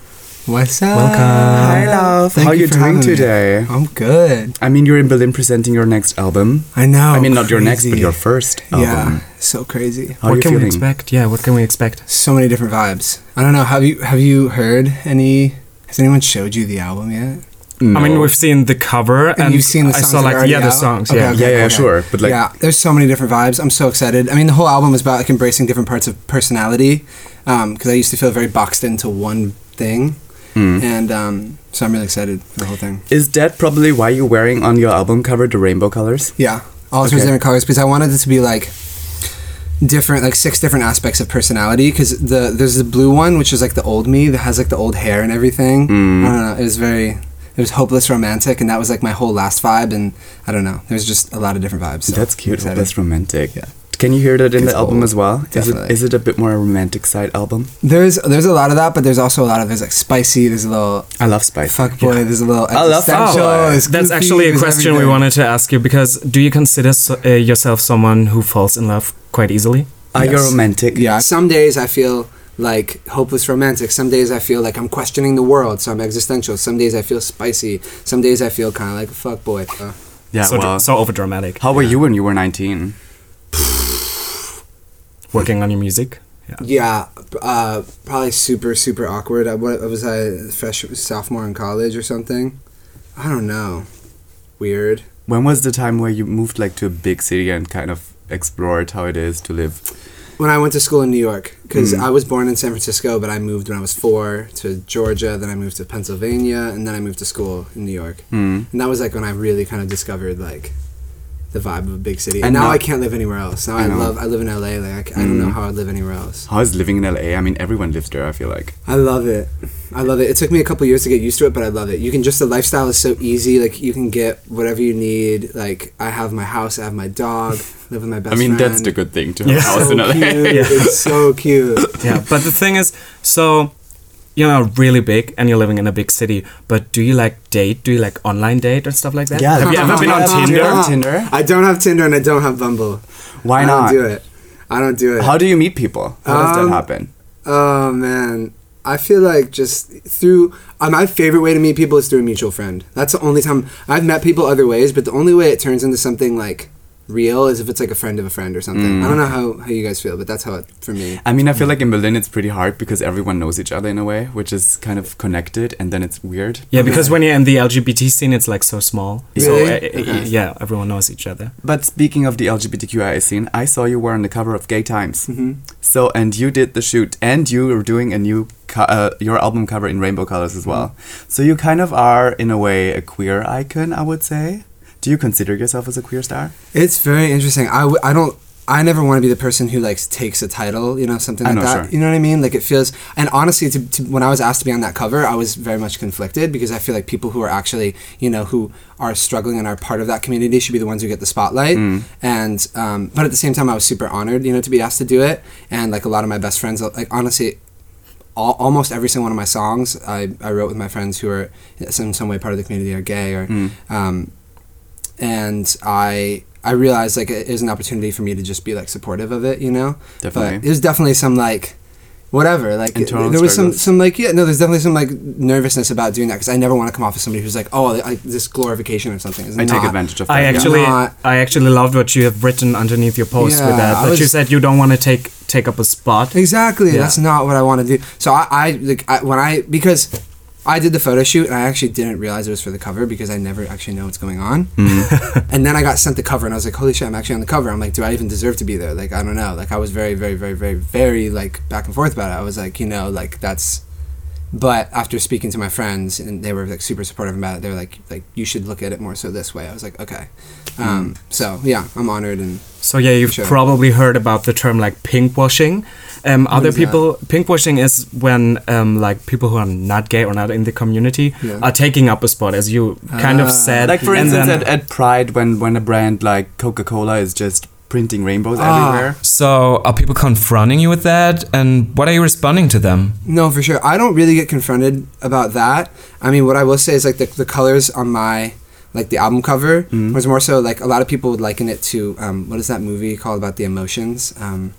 Speaker 7: What's up?
Speaker 6: Hi, Lauf.
Speaker 7: Thank
Speaker 6: How are you,
Speaker 7: for
Speaker 6: doing
Speaker 7: having me.
Speaker 6: today?
Speaker 7: I'm good.
Speaker 6: I mean, you're in Berlin presenting your next album.
Speaker 7: I know.
Speaker 6: I mean, not your next, but
Speaker 7: Oh, crazy.
Speaker 6: your first album.
Speaker 7: Yeah, so crazy.
Speaker 6: How are you feeling?
Speaker 3: expect? Yeah, what can we expect?
Speaker 7: So many different vibes. I don't know. Have you have you heard any? Has anyone showed you the album yet?
Speaker 6: No.
Speaker 8: I mean, we've seen the cover and,
Speaker 7: you've seen the
Speaker 8: I
Speaker 7: songs that
Speaker 8: saw
Speaker 7: are
Speaker 8: like
Speaker 7: already
Speaker 8: the other
Speaker 7: out?
Speaker 8: songs.
Speaker 7: Okay,
Speaker 8: yeah.
Speaker 7: okay,
Speaker 6: Yeah, yeah,
Speaker 7: okay.
Speaker 6: sure, but, like-
Speaker 7: yeah, there's so many different vibes. I'm so excited. I mean, the whole album is about like embracing different parts of personality, because I used to feel very boxed into one thing,
Speaker 6: Hmm.
Speaker 7: and um, so I'm really excited for the whole thing.
Speaker 6: Is that probably why you're wearing on your album cover the rainbow colors?
Speaker 7: Yeah, all sorts of
Speaker 6: Okay.
Speaker 7: different colors because I wanted it to be like different, like six different aspects of personality. Because the there's the blue one, which is like the old me that has like the old hair and everything.
Speaker 6: Mm.
Speaker 7: I don't know. It was very, it was hopeless romantic, and that was like my whole last vibe. And I don't know. There's just a lot of different vibes. so
Speaker 6: That's
Speaker 7: I'm
Speaker 6: cute.
Speaker 7: excited.
Speaker 6: That's romantic. Can you hear that in
Speaker 7: It's
Speaker 6: the album
Speaker 7: old.
Speaker 6: as well? Is it,
Speaker 7: Definitely.
Speaker 6: is it a bit more a romantic side album?
Speaker 7: There's there's a lot of that, but there's also a lot of there's like spicy. There's a little
Speaker 6: I love spice.
Speaker 7: fuck boy. There's a little
Speaker 6: love
Speaker 7: existential.
Speaker 6: fuckboy.
Speaker 7: there's
Speaker 8: That's
Speaker 7: goofy,
Speaker 8: actually a
Speaker 7: there's
Speaker 8: question we
Speaker 7: everything.
Speaker 8: wanted to ask you because do you consider so, uh, yourself someone who falls in love quite easily?
Speaker 6: Are you
Speaker 7: Yes.
Speaker 6: romantic?
Speaker 7: Yeah. Some days I feel like hopeless romantic. Some days I feel like I'm questioning the world, so I'm existential. Some days I feel spicy. Some days I feel kind of like a fuckboy. Uh,
Speaker 6: Yeah.
Speaker 8: so,
Speaker 6: well,
Speaker 8: so overdramatic.
Speaker 6: how were you when you were 19?
Speaker 8: Working on your music? Yeah.
Speaker 7: yeah. Uh, probably super, super awkward. I, what was I? Fresh sophomore in college or something? I don't know. Weird.
Speaker 6: When was the time where you moved like to a big city and kind of explored how it is to live?
Speaker 7: When I went to school in New York, because
Speaker 6: Hmm.
Speaker 7: I was born in San Francisco, but I moved when I was four to Georgia, then I moved to Pennsylvania, and then I moved to school in New York.
Speaker 6: Mm.
Speaker 7: And that was like when I really kind of discovered like the vibe of a big city. And,
Speaker 6: And
Speaker 7: now,
Speaker 6: now-
Speaker 7: I can't live anywhere else. Now
Speaker 6: I
Speaker 7: I,
Speaker 6: know. Hmm.
Speaker 7: love I live in LA. Like I, c- I don't know how I live anywhere else.
Speaker 6: How is living in LA? I mean, everyone lives there. I feel like.
Speaker 7: I love it. I love it. It took me a couple years to get used to it, but I love it. You can just the lifestyle is so easy. Like you can get whatever you need. Like I have my house, I have my dog, live with my best
Speaker 6: I mean, that's
Speaker 7: friend.
Speaker 6: the good thing to have a
Speaker 8: Yeah.
Speaker 6: house
Speaker 7: so
Speaker 6: in LA.
Speaker 7: cute. It's so cute.
Speaker 8: yeah. But the thing is, so
Speaker 1: you know really big and you're living in a big city, but do you like date? Do you like online date or stuff like that?
Speaker 2: Yeah.
Speaker 1: Have you ever been on
Speaker 2: Yeah.
Speaker 1: Tinder?
Speaker 2: on Tinder?
Speaker 7: I don't have Tinder and I don't have Bumble.
Speaker 2: Why
Speaker 7: I
Speaker 2: not?
Speaker 7: don't do it. I don't do it.
Speaker 2: How do you meet people? How does
Speaker 7: Um,
Speaker 2: that happen?
Speaker 7: Oh man, I feel like just through uh, my favorite way to meet people is through a mutual friend. That's the only time I've met people other ways, but the only way it turns into something like real is if it's like a friend of a friend or something.
Speaker 1: Mm.
Speaker 7: I don't know how, how you guys feel, but that's how it for me.
Speaker 2: I mean, I feel like in Berlin it's pretty hard because everyone knows each other in a way, which is kind of connected, and then it's weird.
Speaker 1: Yeah, because when you're in the LGBT scene, it's like so small. So
Speaker 7: Really?
Speaker 1: uh, uh,
Speaker 7: Okay.
Speaker 1: yeah, everyone knows each other.
Speaker 2: But speaking of the LGBTQI scene, I saw you were on the cover of Gay Times.
Speaker 1: Mm-hmm.
Speaker 2: So, and you did the shoot, and you were doing a new co- uh, your album cover in rainbow colors as well.
Speaker 1: Mm-hmm.
Speaker 2: So you kind of are, in a way, a queer icon, I would say. Do you consider yourself as a queer star?
Speaker 7: It's very interesting. I, w- I don't. I never want to be the person who like takes a title, you know, something
Speaker 2: I
Speaker 7: like
Speaker 2: know,
Speaker 7: that.
Speaker 2: sure.
Speaker 7: You know what I mean? Like it feels. And honestly, to, to, when I was asked to be on that cover, I was very much conflicted because I feel like people who are actually, you know, who are struggling and are part of that community should be the ones who get the spotlight.
Speaker 2: Mm.
Speaker 7: And um, but at the same time, I was super honored, you know, to be asked to do it. And like a lot of my best friends, like honestly, all, almost every single one of my songs I, I wrote with my friends who are in some, some way part of the community are gay or
Speaker 2: Mm.
Speaker 7: um, and I I realized like it was an opportunity for me to just be like supportive of it you know
Speaker 2: Definitely.
Speaker 7: but it was definitely some like whatever like
Speaker 2: Internal
Speaker 7: there was some
Speaker 2: struggles.
Speaker 7: some like yeah no there's definitely some like nervousness about doing that because I never want to come off as somebody who's like oh like this glorification or something It's
Speaker 2: I take
Speaker 7: not-
Speaker 2: advantage of that.
Speaker 1: I
Speaker 2: Uh, yeah.
Speaker 1: actually,
Speaker 7: Not-
Speaker 1: I actually loved what you have written underneath your post
Speaker 7: Yeah,
Speaker 1: with that.
Speaker 7: I
Speaker 1: But you
Speaker 7: was-
Speaker 1: said you don't want to take take up a spot.
Speaker 7: Exactly.
Speaker 1: Yeah.
Speaker 7: That's not what I want to do. So I, I like I, when I because I did the photo shoot and I actually didn't realize it was for the cover because I never actually know what's going on. and then I got sent the cover and I was like, holy shit, I'm actually on the cover. I'm like, do I even deserve to be there? Like I don't know. Like I was very, very, very, very, very like back and forth about it. I was like, you know, like that's. But after speaking to my friends and they were like super supportive about it, they were like, like you should look at it more so this way. I was like, okay. Um, so yeah, I'm honored and
Speaker 1: So yeah, you've
Speaker 7: Sure.
Speaker 1: probably heard about the term like pinkwashing. Um, other
Speaker 7: is that?
Speaker 1: people, pinkwashing is when um, like people who are not gay or not in the community
Speaker 7: Yeah. Ah.
Speaker 1: are taking up a spot, as you kind of said.
Speaker 2: like for
Speaker 1: and
Speaker 2: instance
Speaker 1: then-
Speaker 2: at, at Pride when when a brand like Coca Cola is just printing rainbows
Speaker 1: Ah.
Speaker 2: everywhere.
Speaker 9: So are people confronting you with that, and what are you responding to them?
Speaker 7: No, for sure. I don't really get confronted about that. I mean, what I will say is like the, the colors on my like the album cover
Speaker 2: Mm-hmm.
Speaker 7: was more so like a lot of people would liken it to um, what is that movie called about the emotions? Um,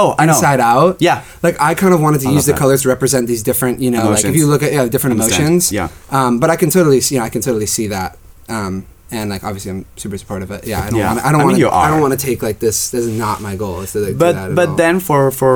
Speaker 2: Oh, I know.
Speaker 7: Inside Out.
Speaker 2: Yeah.
Speaker 7: Like I kind of wanted to
Speaker 2: I
Speaker 7: use
Speaker 2: love
Speaker 7: the
Speaker 2: that.
Speaker 7: colors to represent these different, you know, like
Speaker 2: Emotions.
Speaker 7: if you look at yeah, different
Speaker 2: Understand.
Speaker 7: emotions.
Speaker 2: Yeah.
Speaker 7: Um, but I can totally, see- you know, I can totally see that. Um, and like obviously, I'm super supportive of it. Yeah, I don't.
Speaker 2: Yeah.
Speaker 7: Wanna, I
Speaker 2: I
Speaker 7: don't
Speaker 2: mean,
Speaker 7: want
Speaker 2: you
Speaker 7: to. I
Speaker 2: are.
Speaker 7: don't want to take like this. This is not my goal. Is to, like, do that
Speaker 2: but
Speaker 7: at
Speaker 2: but
Speaker 7: all.
Speaker 2: then for for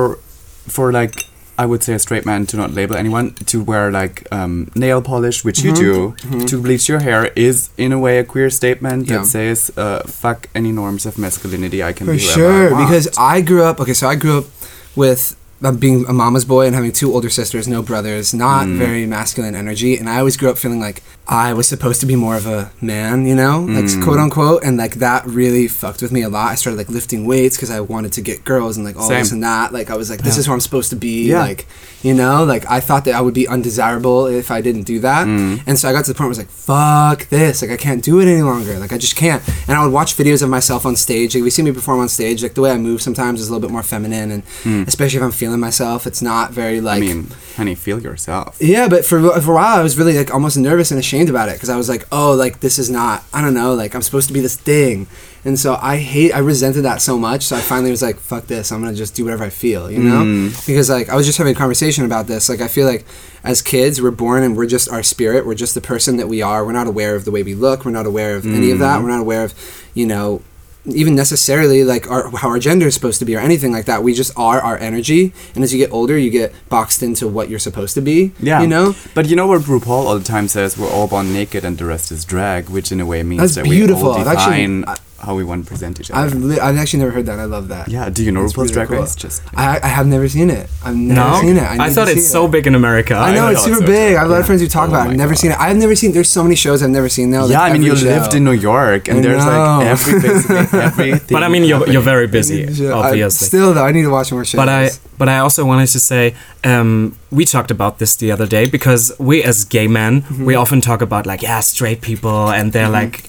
Speaker 2: for like I would say a straight man to not label anyone to wear like um, nail polish, which you
Speaker 7: Mm-hmm.
Speaker 2: do, to bleach your hair is in a way a queer statement
Speaker 7: Yeah.
Speaker 2: that says uh, "fuck any norms of masculinity." I can
Speaker 7: For
Speaker 2: be whoever I
Speaker 7: sure,
Speaker 2: want.
Speaker 7: because I grew up. Okay, so I grew up with uh, being a mama's boy and having two older sisters, no brothers, not very masculine energy, and I always grew up feeling like I was supposed to be more of a man, you know, like quote unquote, and like that really fucked with me a lot. I started like lifting weights because I wanted to get girls and like all this
Speaker 2: Same.
Speaker 7: and that. Like I was like, this is who I'm supposed to be.
Speaker 2: Yeah.
Speaker 7: Like you know, like I thought that I would be undesirable if I didn't do that.
Speaker 2: Mm.
Speaker 7: And so I got to the point where I was like, fuck this. Like I can't do it any longer. Like I just can't. And I would watch videos of myself on stage. Like we see me perform on stage, like the way I move sometimes is a little bit more feminine and especially if I'm feeling myself, it's not very
Speaker 2: Mm. I
Speaker 7: like
Speaker 2: mean, honey, feel yourself.
Speaker 7: yeah, but for, for a while, I was really like almost nervous and ashamed about it because I was like, oh, like this is not, I don't know, like I'm supposed to be this thing. And so I hate, I resented that so much. So I finally was like, fuck this, I'm going to just do whatever I feel, you know? Because like I was just having a conversation about this. Like I feel like as kids, we're born and we're just our spirit. We're just the person that we are. We're not aware of the way we look. We're not aware of any of that. We're not aware of, you know, even necessarily like our, how our gender is supposed to be or anything like that. We just are our energy. And as you get older, you get boxed into what you're supposed to be.
Speaker 2: Yeah,
Speaker 7: You know?
Speaker 2: But you know what RuPaul all the time says: we're all born naked and the rest is drag, which in a way means
Speaker 7: That's
Speaker 2: that
Speaker 7: beautiful.
Speaker 2: we all
Speaker 7: I've actually-
Speaker 2: define
Speaker 7: I-
Speaker 2: how we want to present each other.
Speaker 7: I've li- I've actually never heard that. I love that.
Speaker 2: yeah, do you know
Speaker 7: It's
Speaker 2: RuPaul's
Speaker 7: really
Speaker 2: Drag
Speaker 7: cool.
Speaker 2: Race? Just
Speaker 7: I I have never seen it. I've never
Speaker 1: no,
Speaker 7: seen it. I,
Speaker 1: I,
Speaker 7: need
Speaker 1: thought
Speaker 7: to
Speaker 1: it's
Speaker 7: see
Speaker 1: so
Speaker 7: it.
Speaker 1: big in America.
Speaker 7: I know
Speaker 2: I
Speaker 7: it's
Speaker 2: know,
Speaker 7: super
Speaker 2: it's so
Speaker 7: big.
Speaker 2: big.
Speaker 7: I have a lot of
Speaker 2: Yeah.
Speaker 7: friends who talk
Speaker 2: Oh
Speaker 7: about it.
Speaker 2: my
Speaker 7: I've never
Speaker 2: God.
Speaker 7: seen it. I've never seen. There's so many shows I've never seen though.
Speaker 2: yeah,
Speaker 7: like
Speaker 2: I mean, you
Speaker 7: every show.
Speaker 2: lived in New York, and
Speaker 7: I
Speaker 2: there's
Speaker 7: know.
Speaker 2: like every basically everything.
Speaker 1: But I mean, you're, you're very busy,
Speaker 7: Yeah, I- uh,
Speaker 1: obviously.
Speaker 7: still though, I need to watch more shows.
Speaker 1: but I but I also wanted to say um, we talked about this the other day because we as gay
Speaker 7: Mm-hmm. Mm-hmm.
Speaker 1: men we often talk about like yeah straight people and they're like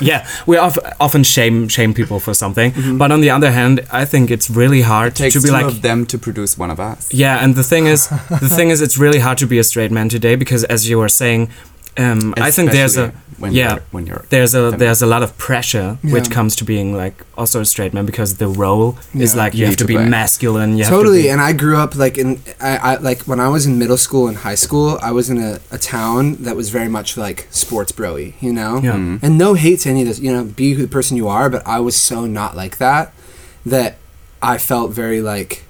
Speaker 1: yeah we of, often can shame shame people for something,
Speaker 7: Mm-hmm.
Speaker 1: but on the other hand, I think it's really hard
Speaker 2: takes
Speaker 1: to be
Speaker 2: two
Speaker 1: like
Speaker 2: of them to produce one of us.
Speaker 1: yeah. And the thing is, the thing is, it's really hard to be a straight man today because, as you were saying, um, I think there's a
Speaker 2: Especially when
Speaker 1: yeah
Speaker 2: you're- when you're
Speaker 1: there's a
Speaker 2: feminine.
Speaker 1: there's a lot of pressure which
Speaker 7: Yeah.
Speaker 1: comes to being like also a straight man because the role is
Speaker 7: Yeah.
Speaker 1: like you,
Speaker 2: You
Speaker 1: have
Speaker 2: need
Speaker 1: to,
Speaker 2: to
Speaker 1: be
Speaker 2: play.
Speaker 1: masculine. You
Speaker 7: totally.
Speaker 1: Have to
Speaker 7: And I grew up like in I, I like when I was in middle school and high school, I was in a, a town that was very much like sports broy, you know.
Speaker 1: Yeah. Mhm.
Speaker 7: And no hate to any of this, you know, be who the person you are. But I was so not like that that I felt very like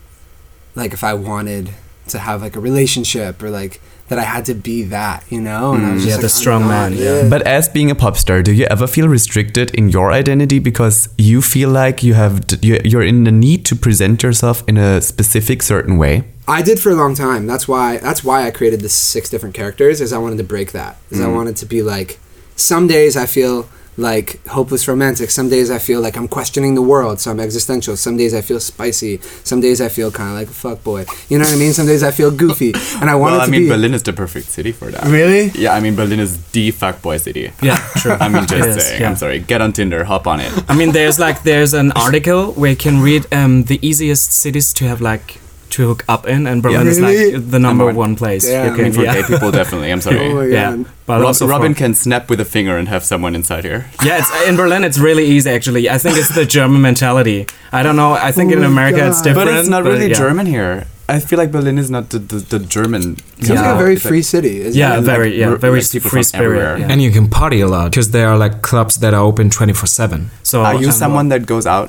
Speaker 7: like if I wanted to have like a relationship or like that I had to be that, you know. And I was
Speaker 1: Mm. Yeah, the
Speaker 7: like, I'm
Speaker 1: strong
Speaker 7: not
Speaker 1: man, yeah.
Speaker 7: it.
Speaker 10: But as being a pop star, do you ever feel restricted in your identity because you feel like you have you- you're in the need to present yourself in a specific certain way?
Speaker 7: I did for a long time. That's why that's why I created the six different characters is I wanted to break that. Is
Speaker 2: Mm.
Speaker 7: I wanted to be like some days I feel like hopeless romantic, some days I feel like I'm questioning the world, so I'm existential. Some days I feel spicy, some days I feel kind of like a fuck boy. You know what I mean? Some days I feel goofy and I wanted
Speaker 2: Well, I
Speaker 7: to
Speaker 2: mean,
Speaker 7: be
Speaker 2: Berlin is the perfect city for that.
Speaker 7: Really?
Speaker 2: Yeah, I mean, Berlin is the fuckboy city.
Speaker 1: be, yeah, true.
Speaker 2: I mean,
Speaker 1: It
Speaker 2: just
Speaker 1: is,
Speaker 2: saying.
Speaker 1: yeah.
Speaker 2: I'm sorry. Get on Tinder. Hop on it.
Speaker 1: I mean, there's like there's an article where you can read um, the easiest cities to have like to hook up in, and Berlin is
Speaker 7: Really?
Speaker 1: like the number
Speaker 2: one.
Speaker 1: one place.
Speaker 7: Yeah,
Speaker 1: you
Speaker 2: I
Speaker 7: I
Speaker 2: mean,
Speaker 1: can-
Speaker 2: for
Speaker 1: yeah.
Speaker 2: gay people, definitely. I'm sorry.
Speaker 7: Oh my
Speaker 1: Yeah.
Speaker 7: God.
Speaker 1: but
Speaker 2: Rob-
Speaker 1: also for-
Speaker 2: Robin can snap with a finger and have someone inside here.
Speaker 1: yeah, it's, in Berlin it's really easy actually. I think it's the German mentality. I don't know. I think
Speaker 7: Oh
Speaker 1: in
Speaker 7: my
Speaker 1: America it's
Speaker 7: God.
Speaker 1: different.
Speaker 2: But it's not really
Speaker 1: yeah.
Speaker 2: German here. I feel like Berlin is not the, the, the German.
Speaker 7: Seems like
Speaker 1: Yeah.
Speaker 7: a very
Speaker 2: It's like-
Speaker 7: free city. Isn't
Speaker 1: Yeah,
Speaker 7: it?
Speaker 1: very yeah,
Speaker 2: like,
Speaker 1: very
Speaker 2: like people
Speaker 1: free
Speaker 2: from everywhere.
Speaker 1: spirit. yeah.
Speaker 11: And you can party a lot because there are like clubs that are open 24 7.
Speaker 1: so
Speaker 2: Are you
Speaker 1: um,
Speaker 2: someone that goes out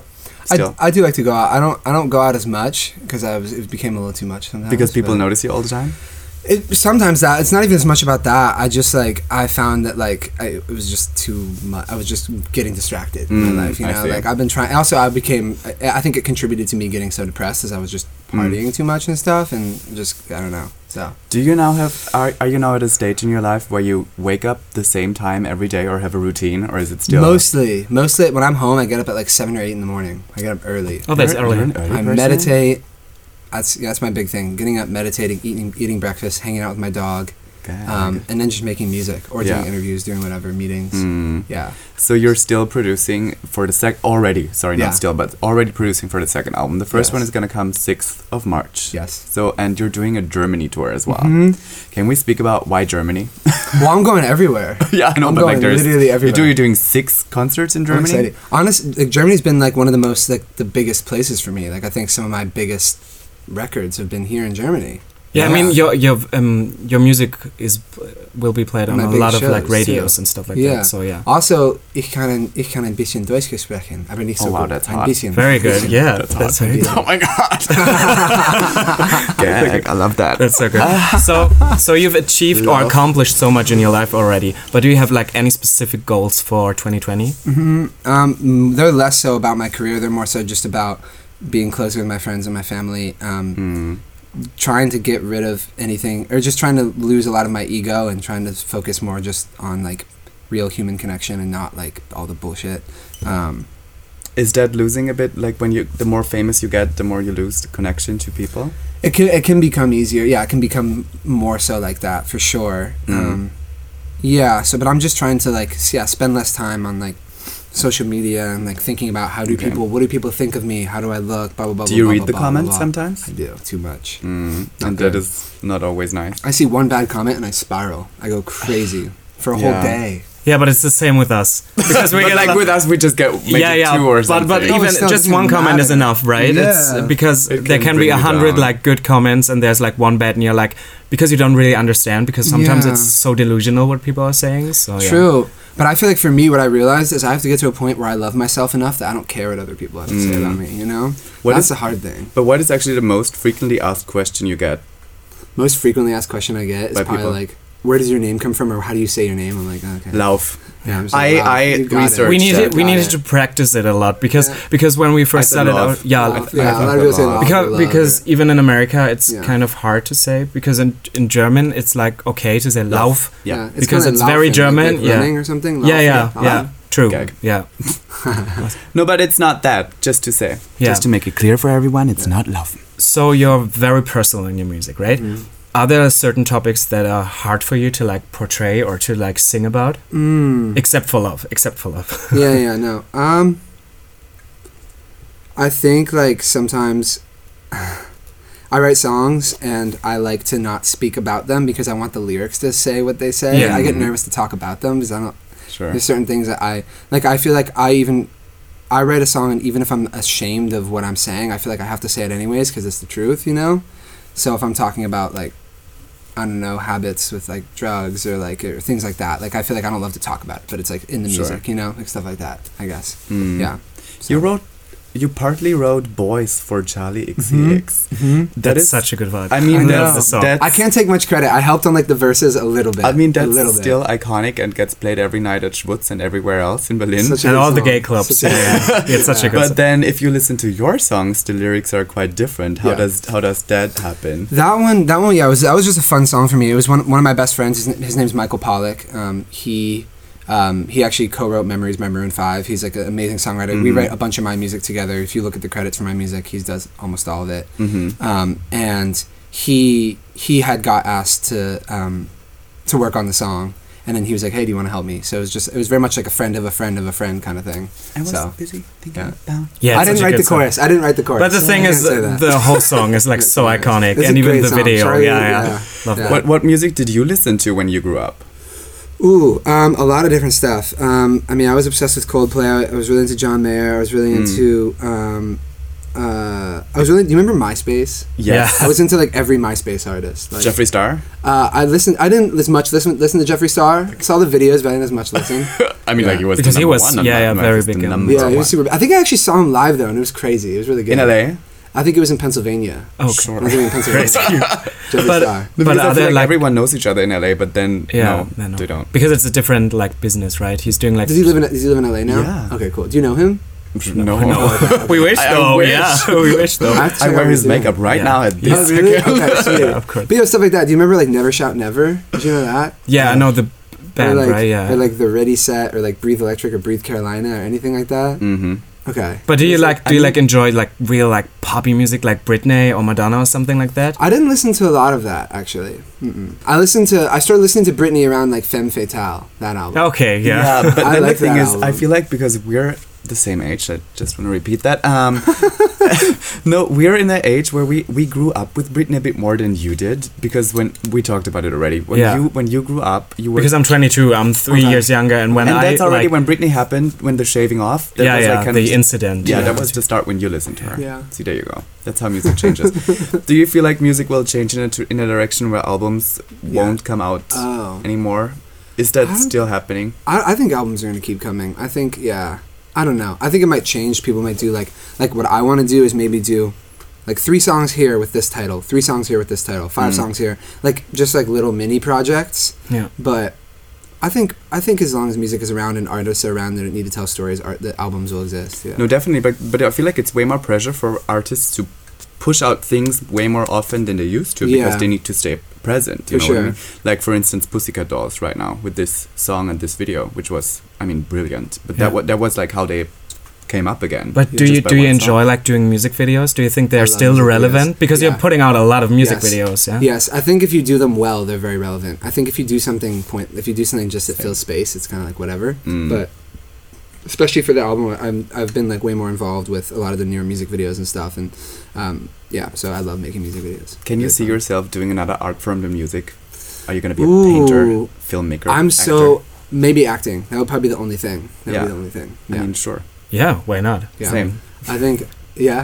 Speaker 7: I,
Speaker 2: still?
Speaker 7: I do like to go out. I don't I don't go out as much because I was it became a little too much sometimes.
Speaker 2: because people
Speaker 7: but-
Speaker 2: notice you all the time?
Speaker 7: It, sometimes that it's not even as much about that. I just like I found that like I, it was just too much. I was just getting distracted in my
Speaker 2: Mm,
Speaker 7: life. You
Speaker 2: I
Speaker 7: know,
Speaker 2: see.
Speaker 7: like I've been trying. Also, I became. I, I think it contributed to me getting so depressed as I was just
Speaker 2: Mm.
Speaker 7: partying too much and stuff, and just I don't know. So
Speaker 2: Do you now have, are, are you now at a stage in your life where you wake up the same time every day or have a routine or is it still?
Speaker 7: mostly, mostly when I'm home, I get up at like seven or eight in the morning. I get up early.
Speaker 1: Oh, that's
Speaker 2: You're- you're
Speaker 1: early.
Speaker 2: an early
Speaker 7: I
Speaker 2: person?
Speaker 7: meditate. That's yeah, that's my big thing: getting up, meditating, eating, eating breakfast, hanging out with my dog,
Speaker 2: Okay.
Speaker 7: um, and then just making music or
Speaker 2: Yeah.
Speaker 7: doing interviews, doing whatever meetings.
Speaker 2: Mm.
Speaker 7: Yeah.
Speaker 2: So you're still producing for the sec already. Sorry,
Speaker 7: Yeah.
Speaker 2: not still, but already producing for the second album. The first
Speaker 7: Yes.
Speaker 2: one is gonna come sixth of March.
Speaker 7: Yes. Mm-hmm.
Speaker 2: So and you're doing a Germany tour as well. Can we speak about why Germany?
Speaker 7: Well, I'm going everywhere.
Speaker 2: yeah, I know,
Speaker 7: I'm
Speaker 2: but like
Speaker 7: going
Speaker 2: there's
Speaker 7: literally
Speaker 2: you're
Speaker 7: everywhere.
Speaker 2: doing, you're doing six concerts in
Speaker 7: I'm
Speaker 2: Germany.
Speaker 7: excited. Honest, like, Germany's been like one of the most like the biggest places for me. Like I think some of my biggest records have been here in Germany.
Speaker 1: Yeah, I mean
Speaker 7: yeah,
Speaker 1: your your um your music is will be played on
Speaker 7: My
Speaker 1: a
Speaker 7: big
Speaker 1: lot of like
Speaker 7: shows,
Speaker 1: radios
Speaker 7: too.
Speaker 1: and stuff like
Speaker 7: Yeah.
Speaker 1: that. So yeah,
Speaker 7: Also, ich kann ich kann ein bisschen Deutsch sprechen, aber nicht so
Speaker 2: Oh, wow,
Speaker 7: gut.
Speaker 2: that's
Speaker 7: ein
Speaker 2: hot.
Speaker 7: bisschen.
Speaker 1: very good. Yeah, that's, very good.
Speaker 2: Oh my god! Gag, I love that.
Speaker 1: That's so good. so, so you've achieved or accomplished so much in your life already. But do you have like any specific goals for 2020?
Speaker 7: Um, mm, they're less so about my career. They're more so just about being closer with my friends and my family. Um,
Speaker 2: Hmm.
Speaker 7: Trying to get rid of anything, or just trying to lose a lot of my ego and trying to focus more just on like real human connection and not like all the bullshit. Um,
Speaker 2: Is that losing a bit? Like when you, the more famous you get, the more you lose the connection to people.
Speaker 7: It can it can become easier. Yeah, it can become more so like that for sure.
Speaker 2: Mm-hmm.
Speaker 7: Um, yeah. So, but I'm just trying to like s- yeah spend less time on like social media and like thinking about how do
Speaker 2: Okay.
Speaker 7: people what do people think of me? How do I look? Blah blah blah.
Speaker 2: Do
Speaker 7: blah,
Speaker 2: you
Speaker 7: blah,
Speaker 2: read
Speaker 7: blah,
Speaker 2: the
Speaker 7: blah,
Speaker 2: comments
Speaker 7: blah, Hmm. blah.
Speaker 2: sometimes?
Speaker 7: I do too much.
Speaker 2: Mm.
Speaker 7: Not
Speaker 2: And that
Speaker 7: good.
Speaker 2: is not always nice.
Speaker 7: I see one bad comment and I spiral. I go crazy for a
Speaker 2: Yeah.
Speaker 7: whole day.
Speaker 1: Yeah, but it's the same with us because we
Speaker 2: But
Speaker 1: get
Speaker 2: like with us, we just get maybe
Speaker 1: yeah, yeah,
Speaker 2: two or
Speaker 1: but
Speaker 2: something.
Speaker 1: but
Speaker 7: No,
Speaker 1: even
Speaker 7: it's not
Speaker 1: just
Speaker 7: even
Speaker 1: one comment is
Speaker 7: matter.
Speaker 1: enough, right?
Speaker 7: Yeah.
Speaker 1: It's uh, because
Speaker 2: It
Speaker 1: there
Speaker 2: can
Speaker 1: can be
Speaker 2: bring
Speaker 1: a
Speaker 2: you
Speaker 1: hundred
Speaker 2: down.
Speaker 1: like good comments and there's like one bad, and you're like because you don't really understand because sometimes
Speaker 7: Yeah.
Speaker 1: it's so delusional what people are saying. So yeah.
Speaker 7: True. But I feel like for me, what I realized is I have to get to a point where I love myself enough that I don't care what other people have to say about me. You know,
Speaker 2: Mm. What
Speaker 7: that's
Speaker 2: is-
Speaker 7: the hard thing.
Speaker 2: But what is actually the most frequently asked question you get?
Speaker 7: Most frequently asked question I get is
Speaker 2: By
Speaker 7: probably
Speaker 2: people.
Speaker 7: like, "Where does your name come from?" or "How do you say your name?" I'm like, oh, okay.
Speaker 2: Lauf.
Speaker 7: Yeah, I'm just
Speaker 2: I-
Speaker 7: wow,
Speaker 2: I
Speaker 7: you got
Speaker 2: researched
Speaker 1: We needed
Speaker 2: that.
Speaker 1: we
Speaker 7: Got
Speaker 1: needed
Speaker 7: it.
Speaker 1: to practice it a lot because
Speaker 7: Yeah.
Speaker 1: because when we first
Speaker 2: said
Speaker 1: started
Speaker 2: love.
Speaker 1: out, yeah,
Speaker 7: Love.
Speaker 1: like-
Speaker 7: Yeah,
Speaker 2: I
Speaker 7: a lot
Speaker 2: thought
Speaker 7: of people say
Speaker 2: that
Speaker 7: love.
Speaker 1: because
Speaker 7: love.
Speaker 1: because even in America it's
Speaker 7: Yeah.
Speaker 1: kind of hard to say because in in German it's like okay to say lauf.
Speaker 2: Yeah.
Speaker 7: Yeah,
Speaker 1: because
Speaker 7: kinda
Speaker 1: it's very
Speaker 7: laughing,
Speaker 1: German,
Speaker 7: Like, like
Speaker 1: yeah.
Speaker 7: running or something.
Speaker 1: Yeah,
Speaker 7: laughing,
Speaker 1: yeah, yeah.
Speaker 7: laughing.
Speaker 1: True.
Speaker 2: Gag.
Speaker 1: Yeah.
Speaker 2: No, but it's not that. Just to say.
Speaker 1: Yeah.
Speaker 2: Just to make it clear for everyone, it's not love.
Speaker 7: Mm.
Speaker 1: So you're very personal in your music, right? Are there certain topics that are hard for you to like portray or to like sing about?
Speaker 7: Mm.
Speaker 1: Except for love. Except for love.
Speaker 7: yeah, yeah, no. Um, I think like sometimes I write songs and I like to not speak about them because I want the lyrics to say what they say.
Speaker 1: Yeah.
Speaker 7: I get
Speaker 2: Mm-hmm.
Speaker 7: nervous to talk about them because I don't.
Speaker 2: Sure.
Speaker 7: There's certain things that I like. I feel like I even I write a song and even if I'm ashamed of what I'm saying, I feel like I have to say it anyways because it's the truth, you know. So if I'm talking about like I don't know habits with like drugs or like or things like that, like I feel like I don't love to talk about it, but it's like in the
Speaker 2: Sure.
Speaker 7: music, you know, like stuff like that. I guess.
Speaker 2: Mm.
Speaker 7: Yeah.
Speaker 2: You wrote, you partly wrote "Boys" for Charlie XCX. That
Speaker 1: Mm-hmm. That's
Speaker 2: is
Speaker 1: such a good vibe.
Speaker 2: I mean,
Speaker 1: I
Speaker 2: that's,
Speaker 1: love the song.
Speaker 2: that's-
Speaker 7: I can't take much credit. I helped on like the verses a little bit.
Speaker 2: I mean,
Speaker 7: a little
Speaker 2: that's still iconic and gets played every night at Schwutz and everywhere else in Berlin.
Speaker 7: Such a
Speaker 1: and
Speaker 7: good
Speaker 1: all the
Speaker 7: song.
Speaker 1: gay clubs.
Speaker 7: Such a-
Speaker 1: yeah. It's such a good
Speaker 2: but then, if you listen to your songs, the lyrics are quite different. How
Speaker 7: Yeah.
Speaker 2: does how does that happen?
Speaker 7: That one, that one, yeah, was that was just a fun song for me. It was one one of my best friends. His, his name's Michael Pollock. Um, he um, he actually co-wrote "Memories" by Maroon Five. He's like an amazing songwriter. We
Speaker 1: Mm-hmm.
Speaker 7: write a bunch of my music together. If you look at the credits for my music, he does almost all of it.
Speaker 1: Mm-hmm.
Speaker 2: Mm-hmm.
Speaker 7: Um, and he he had got asked to um, to work on the song, and then he was like, "Hey, do you want to help me?" So it was just it was very much like a friend of a friend of a friend kind of thing. so
Speaker 2: busy thinking
Speaker 7: yeah.
Speaker 2: about.
Speaker 1: song. Yeah,
Speaker 7: I
Speaker 1: it's
Speaker 7: didn't
Speaker 1: such a
Speaker 7: write
Speaker 1: good
Speaker 7: the
Speaker 1: song.
Speaker 7: chorus. I didn't write the chorus.
Speaker 1: But the
Speaker 7: so
Speaker 1: thing
Speaker 7: I
Speaker 1: is,
Speaker 7: can't say that.
Speaker 1: the whole song is like so
Speaker 7: Yeah.
Speaker 1: iconic,
Speaker 7: It's a
Speaker 1: and even
Speaker 7: great
Speaker 1: the
Speaker 7: song.
Speaker 1: video.
Speaker 7: Sorry,
Speaker 1: yeah, yeah,
Speaker 7: yeah.
Speaker 1: Love
Speaker 7: Yeah.
Speaker 1: that.
Speaker 2: What what music did you listen to when you grew up?
Speaker 7: Ooh, um, a lot of different stuff. Um, I mean, I was obsessed with Coldplay. I, I was really into John Mayer. I was really
Speaker 2: Hmm.
Speaker 7: into. Um, uh, I was really. Do you remember MySpace?
Speaker 2: Yes.
Speaker 7: I was into like every MySpace artist. Like,
Speaker 2: Jeffree Star.
Speaker 7: Uh, I listened. I didn't as much listen listen to Jeffree Star. saw the videos, but I didn't as much listen.
Speaker 2: I mean,
Speaker 7: Yeah.
Speaker 2: like he was
Speaker 1: Because
Speaker 2: the
Speaker 1: he
Speaker 2: number
Speaker 1: was-
Speaker 2: one. on
Speaker 1: yeah,
Speaker 2: that
Speaker 1: yeah,
Speaker 2: number,
Speaker 1: very
Speaker 2: he's the
Speaker 1: big in-
Speaker 2: number
Speaker 7: yeah, he
Speaker 2: one.
Speaker 7: was super. I think I actually saw him live though, and it was crazy. It was really good.
Speaker 2: in LA.
Speaker 7: I think it was in Pennsylvania.
Speaker 1: Oh,
Speaker 7: I was living in Pennsylvania. Jeffree
Speaker 1: But-
Speaker 7: Star.
Speaker 2: No,
Speaker 1: But
Speaker 2: because I
Speaker 1: are
Speaker 2: feel
Speaker 1: there
Speaker 2: like,
Speaker 1: like-
Speaker 2: everyone knows each other in LA, but then
Speaker 1: Yeah,
Speaker 2: no,
Speaker 1: I know.
Speaker 2: they don't.
Speaker 1: Because it's a different like business, right? He's doing like
Speaker 7: Does he live in Does he live in LA now?
Speaker 2: Yeah.
Speaker 7: Okay, cool. Do you know him?
Speaker 2: No,
Speaker 1: we wish
Speaker 2: I- I
Speaker 1: though.
Speaker 2: wish.
Speaker 1: Yeah, we wish though.
Speaker 7: have to
Speaker 2: I
Speaker 7: check out
Speaker 2: wear
Speaker 7: what
Speaker 2: his
Speaker 7: he's doing.
Speaker 2: makeup right
Speaker 1: Yeah.
Speaker 2: now at this.
Speaker 7: Oh, really? Okay, sweet.
Speaker 1: Yeah, of course.
Speaker 7: But you know, stuff like that. Do you remember like Never Shout Never? Did you know that?
Speaker 1: Yeah, I know the
Speaker 7: or
Speaker 1: band,
Speaker 7: like,
Speaker 1: right? Yeah.
Speaker 7: Or like the Ready Set, or like Breathe Electric, or Breathe Carolina, or anything like that.
Speaker 2: Mm-hmm.
Speaker 7: Okay.
Speaker 1: but do you like do you like enjoy like real like poppy music like Britney or Madonna or something like that?
Speaker 7: I didn't listen to a lot of that actually. Mm-mm. I listened to I started listening to Britney around like Femme Fatale that album.
Speaker 1: Okay, yeah.
Speaker 2: Yeah, but
Speaker 7: I
Speaker 2: then
Speaker 7: like
Speaker 2: the thing
Speaker 7: that
Speaker 2: is, I
Speaker 7: album.
Speaker 2: feel like because we're the same age, I just want to repeat that. Um, no, we're in the age where we, we grew up with Britney a bit more than you did because when we talked about it already. When
Speaker 1: Yeah.
Speaker 2: you when you grew up, you were
Speaker 1: Because I'm 22, I'm three
Speaker 2: Okay.
Speaker 1: years younger, and when
Speaker 2: and
Speaker 1: I
Speaker 2: that's already
Speaker 1: like,
Speaker 2: when Britney happened, when the shaving off. That
Speaker 1: yeah,
Speaker 2: was
Speaker 1: yeah,
Speaker 2: like kind
Speaker 1: the
Speaker 2: of,
Speaker 1: incident.
Speaker 2: yeah, that was the start when you listened to her.
Speaker 7: Yeah.
Speaker 2: See, there you go. That's how music changes. Do you feel like music will change in a, tr- in a direction where albums won't come out
Speaker 7: Oh.
Speaker 2: anymore? Is that
Speaker 7: I don't-
Speaker 2: still happening?
Speaker 7: I, I think albums are gonna keep coming. I think yeah. I don't know. I think it might change. People might do like like what I want to do is maybe do like three songs here with this title, three songs here with this title, five
Speaker 1: Mm.
Speaker 7: songs here, like just like little mini projects.
Speaker 1: Yeah.
Speaker 7: But I think I think as long as music is around and artists are around that need to tell stories, art the albums will exist. Yeah.
Speaker 2: No, definitely, but but I feel like it's way more pressure for artists to push out things way more often than they used to because
Speaker 7: Yeah.
Speaker 2: they need to stay present. You
Speaker 7: For
Speaker 2: know what I
Speaker 7: sure.
Speaker 2: mean? Like for instance, Pussycat Dolls right now with this song and this video, which was I mean brilliant. But that
Speaker 1: Yeah.
Speaker 2: was that was like how they came up again.
Speaker 1: But do
Speaker 2: just
Speaker 1: you
Speaker 2: by
Speaker 1: do you
Speaker 2: one song.
Speaker 1: enjoy like doing music videos? Do you think they're
Speaker 7: love
Speaker 1: still
Speaker 7: music videos.
Speaker 1: relevant? Because you're
Speaker 7: Yeah.
Speaker 1: putting out a lot of music
Speaker 7: Yes.
Speaker 1: videos, yeah.
Speaker 7: Yes, I think if you do them well, they're very relevant. I think if you do something point, if you do something just that fills space, it's kind of like whatever.
Speaker 2: Mm.
Speaker 7: But especially for the album, I'm I've been like way more involved with a lot of the newer music videos and stuff, and um, yeah, so I love making music videos.
Speaker 2: Can you
Speaker 7: They're
Speaker 2: see
Speaker 7: fun.
Speaker 2: yourself doing another art form than music? Are you gonna be a
Speaker 7: Ooh.
Speaker 2: painter, filmmaker?
Speaker 7: I'm
Speaker 2: actor?
Speaker 7: so maybe acting. That would probably be the only thing. That would
Speaker 2: Yeah.
Speaker 7: be the only thing.
Speaker 2: I
Speaker 7: Yeah,
Speaker 2: mean, sure.
Speaker 1: Yeah, why not?
Speaker 7: yeah.
Speaker 2: Same.
Speaker 7: I think. Yeah,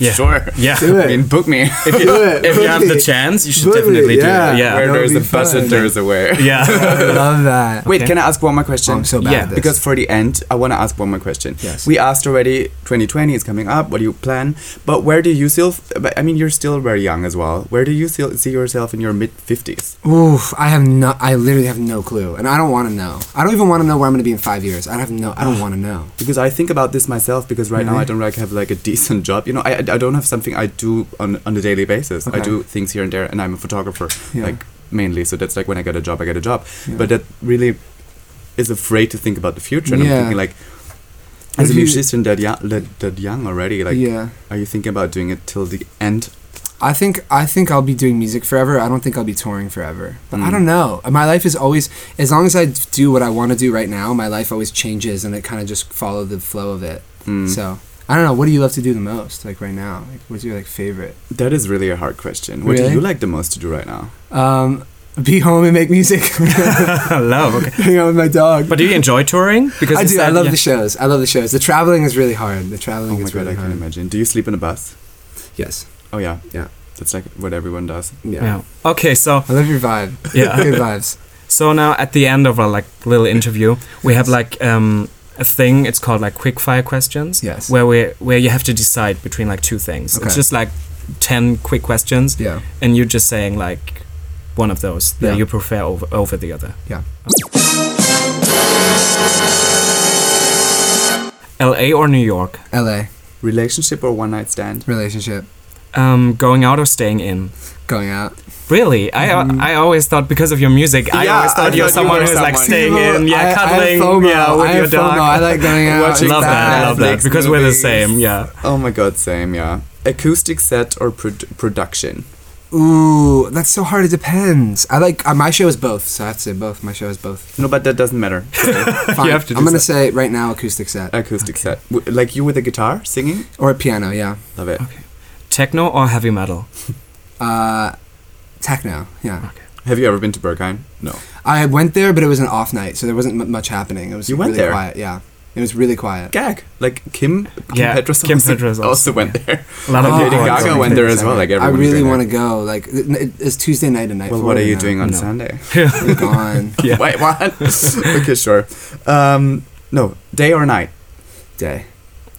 Speaker 1: Yeah.
Speaker 2: Sure.
Speaker 1: Yeah.
Speaker 7: do
Speaker 2: I mean,
Speaker 7: it.
Speaker 2: book me.
Speaker 7: do it.
Speaker 1: If you have the
Speaker 7: Really.
Speaker 1: chance, you should
Speaker 7: Really,
Speaker 1: definitely
Speaker 7: yeah.
Speaker 1: do it.
Speaker 2: Where
Speaker 7: That would
Speaker 2: there's
Speaker 7: be
Speaker 2: a budget,
Speaker 7: fun.
Speaker 2: there's a way.
Speaker 1: Yeah. Yeah.
Speaker 7: I love that.
Speaker 2: Wait,
Speaker 1: Okay.
Speaker 2: can I ask one more question?
Speaker 7: Oh, I'm so bad.
Speaker 1: Yeah,
Speaker 7: at this.
Speaker 2: because for the end, I want to ask one more question.
Speaker 7: Yes.
Speaker 2: We asked already. 2020 is coming up. What do you plan? But where do you still? But I mean, you're still very young as well. Where do you still see yourself in your mid 50s?
Speaker 7: Oof, I have no. I literally have no clue, and I don't want to know. I don't even want to know where I'm going to be in five years. I have no. I don't want to know.
Speaker 2: Because I think about this myself. Because right now I don't like have like a decent job. You know, I, I don't have something I do on on a daily basis. I
Speaker 7: Okay.
Speaker 2: do things here and there, and I'm a photographer,
Speaker 7: Yeah.
Speaker 2: like mainly. So that's like when I get a job, I get a job. But that really is afraid to think about the future. And I'm
Speaker 7: Yeah.
Speaker 2: thinking like.
Speaker 7: What
Speaker 2: As a
Speaker 7: if you-
Speaker 2: musician that young, that, that young already, like
Speaker 7: yeah,
Speaker 2: Are you thinking about doing it till the end?
Speaker 7: I think I think I'll be doing music forever. I don't think I'll be touring forever. But I don't know. My life is always as long as I do what I want to do right now, my life always changes and it kind of just follow the flow of it. So I don't know. What do you love to do the most, like right now? Like, what's your like favorite?
Speaker 2: That is really a hard question. What
Speaker 7: Really?
Speaker 2: do you like the most to do right now?
Speaker 7: Um, be home and make music.
Speaker 1: Love. Okay.
Speaker 7: Hang out with my dog.
Speaker 1: But do you enjoy touring? Because
Speaker 7: I
Speaker 1: it's
Speaker 7: do. I
Speaker 1: that-
Speaker 7: love
Speaker 1: yeah.
Speaker 7: the shows. I love the shows. The traveling is really hard. The
Speaker 2: Oh
Speaker 7: traveling
Speaker 2: my
Speaker 7: is
Speaker 2: god,
Speaker 7: really
Speaker 2: I can
Speaker 7: hard.
Speaker 2: imagine. Do you sleep in a bus?
Speaker 7: Yes.
Speaker 2: Oh yeah,
Speaker 7: Yeah.
Speaker 2: That's like what everyone does.
Speaker 7: Yeah.
Speaker 1: Yeah. Okay, so
Speaker 7: I love your vibe.
Speaker 1: Yeah.
Speaker 7: Good vibes.
Speaker 1: so now at the end of our like little interview, we have like um, a thing. It's called like quick fire questions.
Speaker 7: Yes.
Speaker 1: Where we where you have to decide between like two things.
Speaker 7: Okay.
Speaker 1: It's just like ten quick questions,
Speaker 7: Yeah.
Speaker 1: and you're just saying like one of those that
Speaker 7: Yeah.
Speaker 1: you prefer over over the other.
Speaker 7: Yeah.
Speaker 1: L.A. or New York?
Speaker 7: L.A.
Speaker 2: Relationship or one night stand?
Speaker 7: Relationship.
Speaker 1: Um, going out or staying in?
Speaker 7: Going out.
Speaker 1: Really? I
Speaker 7: Mm-hmm.
Speaker 1: I always thought because of your music, I
Speaker 2: Yeah,
Speaker 1: always
Speaker 2: I
Speaker 1: thought
Speaker 2: thought you
Speaker 1: you're someone
Speaker 2: were
Speaker 1: who's like
Speaker 2: someone.
Speaker 1: staying in, yeah,
Speaker 7: I- I have
Speaker 1: cuddling,
Speaker 7: FOMO.
Speaker 1: yeah, with
Speaker 7: I
Speaker 1: your
Speaker 7: have
Speaker 1: dog.
Speaker 7: FOMO. I like going out.
Speaker 2: Watching
Speaker 1: love that, I love that
Speaker 2: Netflix
Speaker 1: because we're the
Speaker 2: movies.
Speaker 1: same. Yeah.
Speaker 2: Oh my god, same yeah. Acoustic set or prod- production?
Speaker 7: Ooh, that's so hard. It depends. I like uh, my show is both, so I have to say both. My show is both.
Speaker 2: No, but that doesn't matter.
Speaker 7: Fine.
Speaker 1: have to do
Speaker 7: I'm gonna
Speaker 1: that.
Speaker 7: say right now acoustic set
Speaker 2: Acoustic set, W- like you with a guitar singing.
Speaker 7: or a piano. Yeah.
Speaker 2: Love it.
Speaker 1: Techno or heavy metal?
Speaker 7: Uh, techno. Yeah.
Speaker 2: Have you ever been to Berghain? No.
Speaker 7: I went there, but it was an off night, so there wasn't m- much happening. It was
Speaker 2: You went
Speaker 7: really
Speaker 2: there?
Speaker 7: quiet. Yeah. It was really quiet.
Speaker 2: Gag. Like Kim. Kim
Speaker 1: Yeah,
Speaker 2: Petras
Speaker 1: Kim
Speaker 2: also,
Speaker 1: Petras also,
Speaker 2: also went there.
Speaker 1: A lot of
Speaker 2: Oh, Lady
Speaker 1: people.
Speaker 2: Gaga
Speaker 7: sorry.
Speaker 2: went there as well, like
Speaker 7: I
Speaker 2: everyone's
Speaker 7: really
Speaker 2: going
Speaker 7: want to go. Like it- it- it's Tuesday night and night.
Speaker 2: Well,
Speaker 7: for
Speaker 2: what are
Speaker 7: me
Speaker 2: you
Speaker 7: now.
Speaker 2: doing on
Speaker 1: No.
Speaker 2: Sunday?
Speaker 7: I'm gone.
Speaker 1: Yeah.
Speaker 2: Wait, what? okay, sure. Um, no, day or night.
Speaker 7: Day.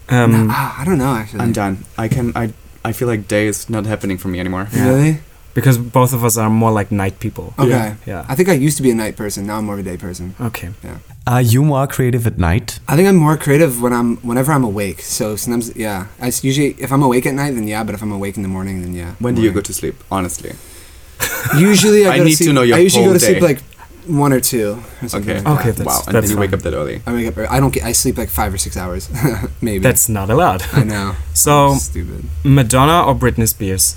Speaker 1: Um,
Speaker 7: Ah, I don't know actually.
Speaker 2: Mm. I'm done. I can. I. I feel like day is not happening for me anymore.
Speaker 7: Really?
Speaker 1: Because both of us are more like night people.
Speaker 7: Okay.
Speaker 1: Yeah.
Speaker 7: I think I used to be a night person. Now I'm more of a day person.
Speaker 1: Okay.
Speaker 3: Are Ah, you more creative at night?
Speaker 7: I think I'm more creative when I'm whenever I'm awake. So sometimes, yeah. I s- usually if I'm awake at night, then yeah. But if I'm awake in the morning, then yeah.
Speaker 2: When do you go to sleep? Honestly.
Speaker 7: go? Usually, I,
Speaker 2: I
Speaker 7: go
Speaker 2: need
Speaker 7: to,
Speaker 2: to
Speaker 7: sleep,
Speaker 2: know your
Speaker 7: I usually
Speaker 2: whole
Speaker 7: go to sleep
Speaker 2: day.
Speaker 7: like one or two. Or something
Speaker 2: Okay.
Speaker 7: Like
Speaker 1: Okay,
Speaker 7: That.
Speaker 1: that's-
Speaker 2: wow. And then
Speaker 1: that's
Speaker 2: you wake
Speaker 1: fine.
Speaker 2: up that early.
Speaker 7: I wake up. ear- I don't get. I sleep like five or six hours, maybe.
Speaker 1: That's not allowed.
Speaker 7: I know.
Speaker 1: So
Speaker 7: stupid.
Speaker 1: Madonna or Britney Spears?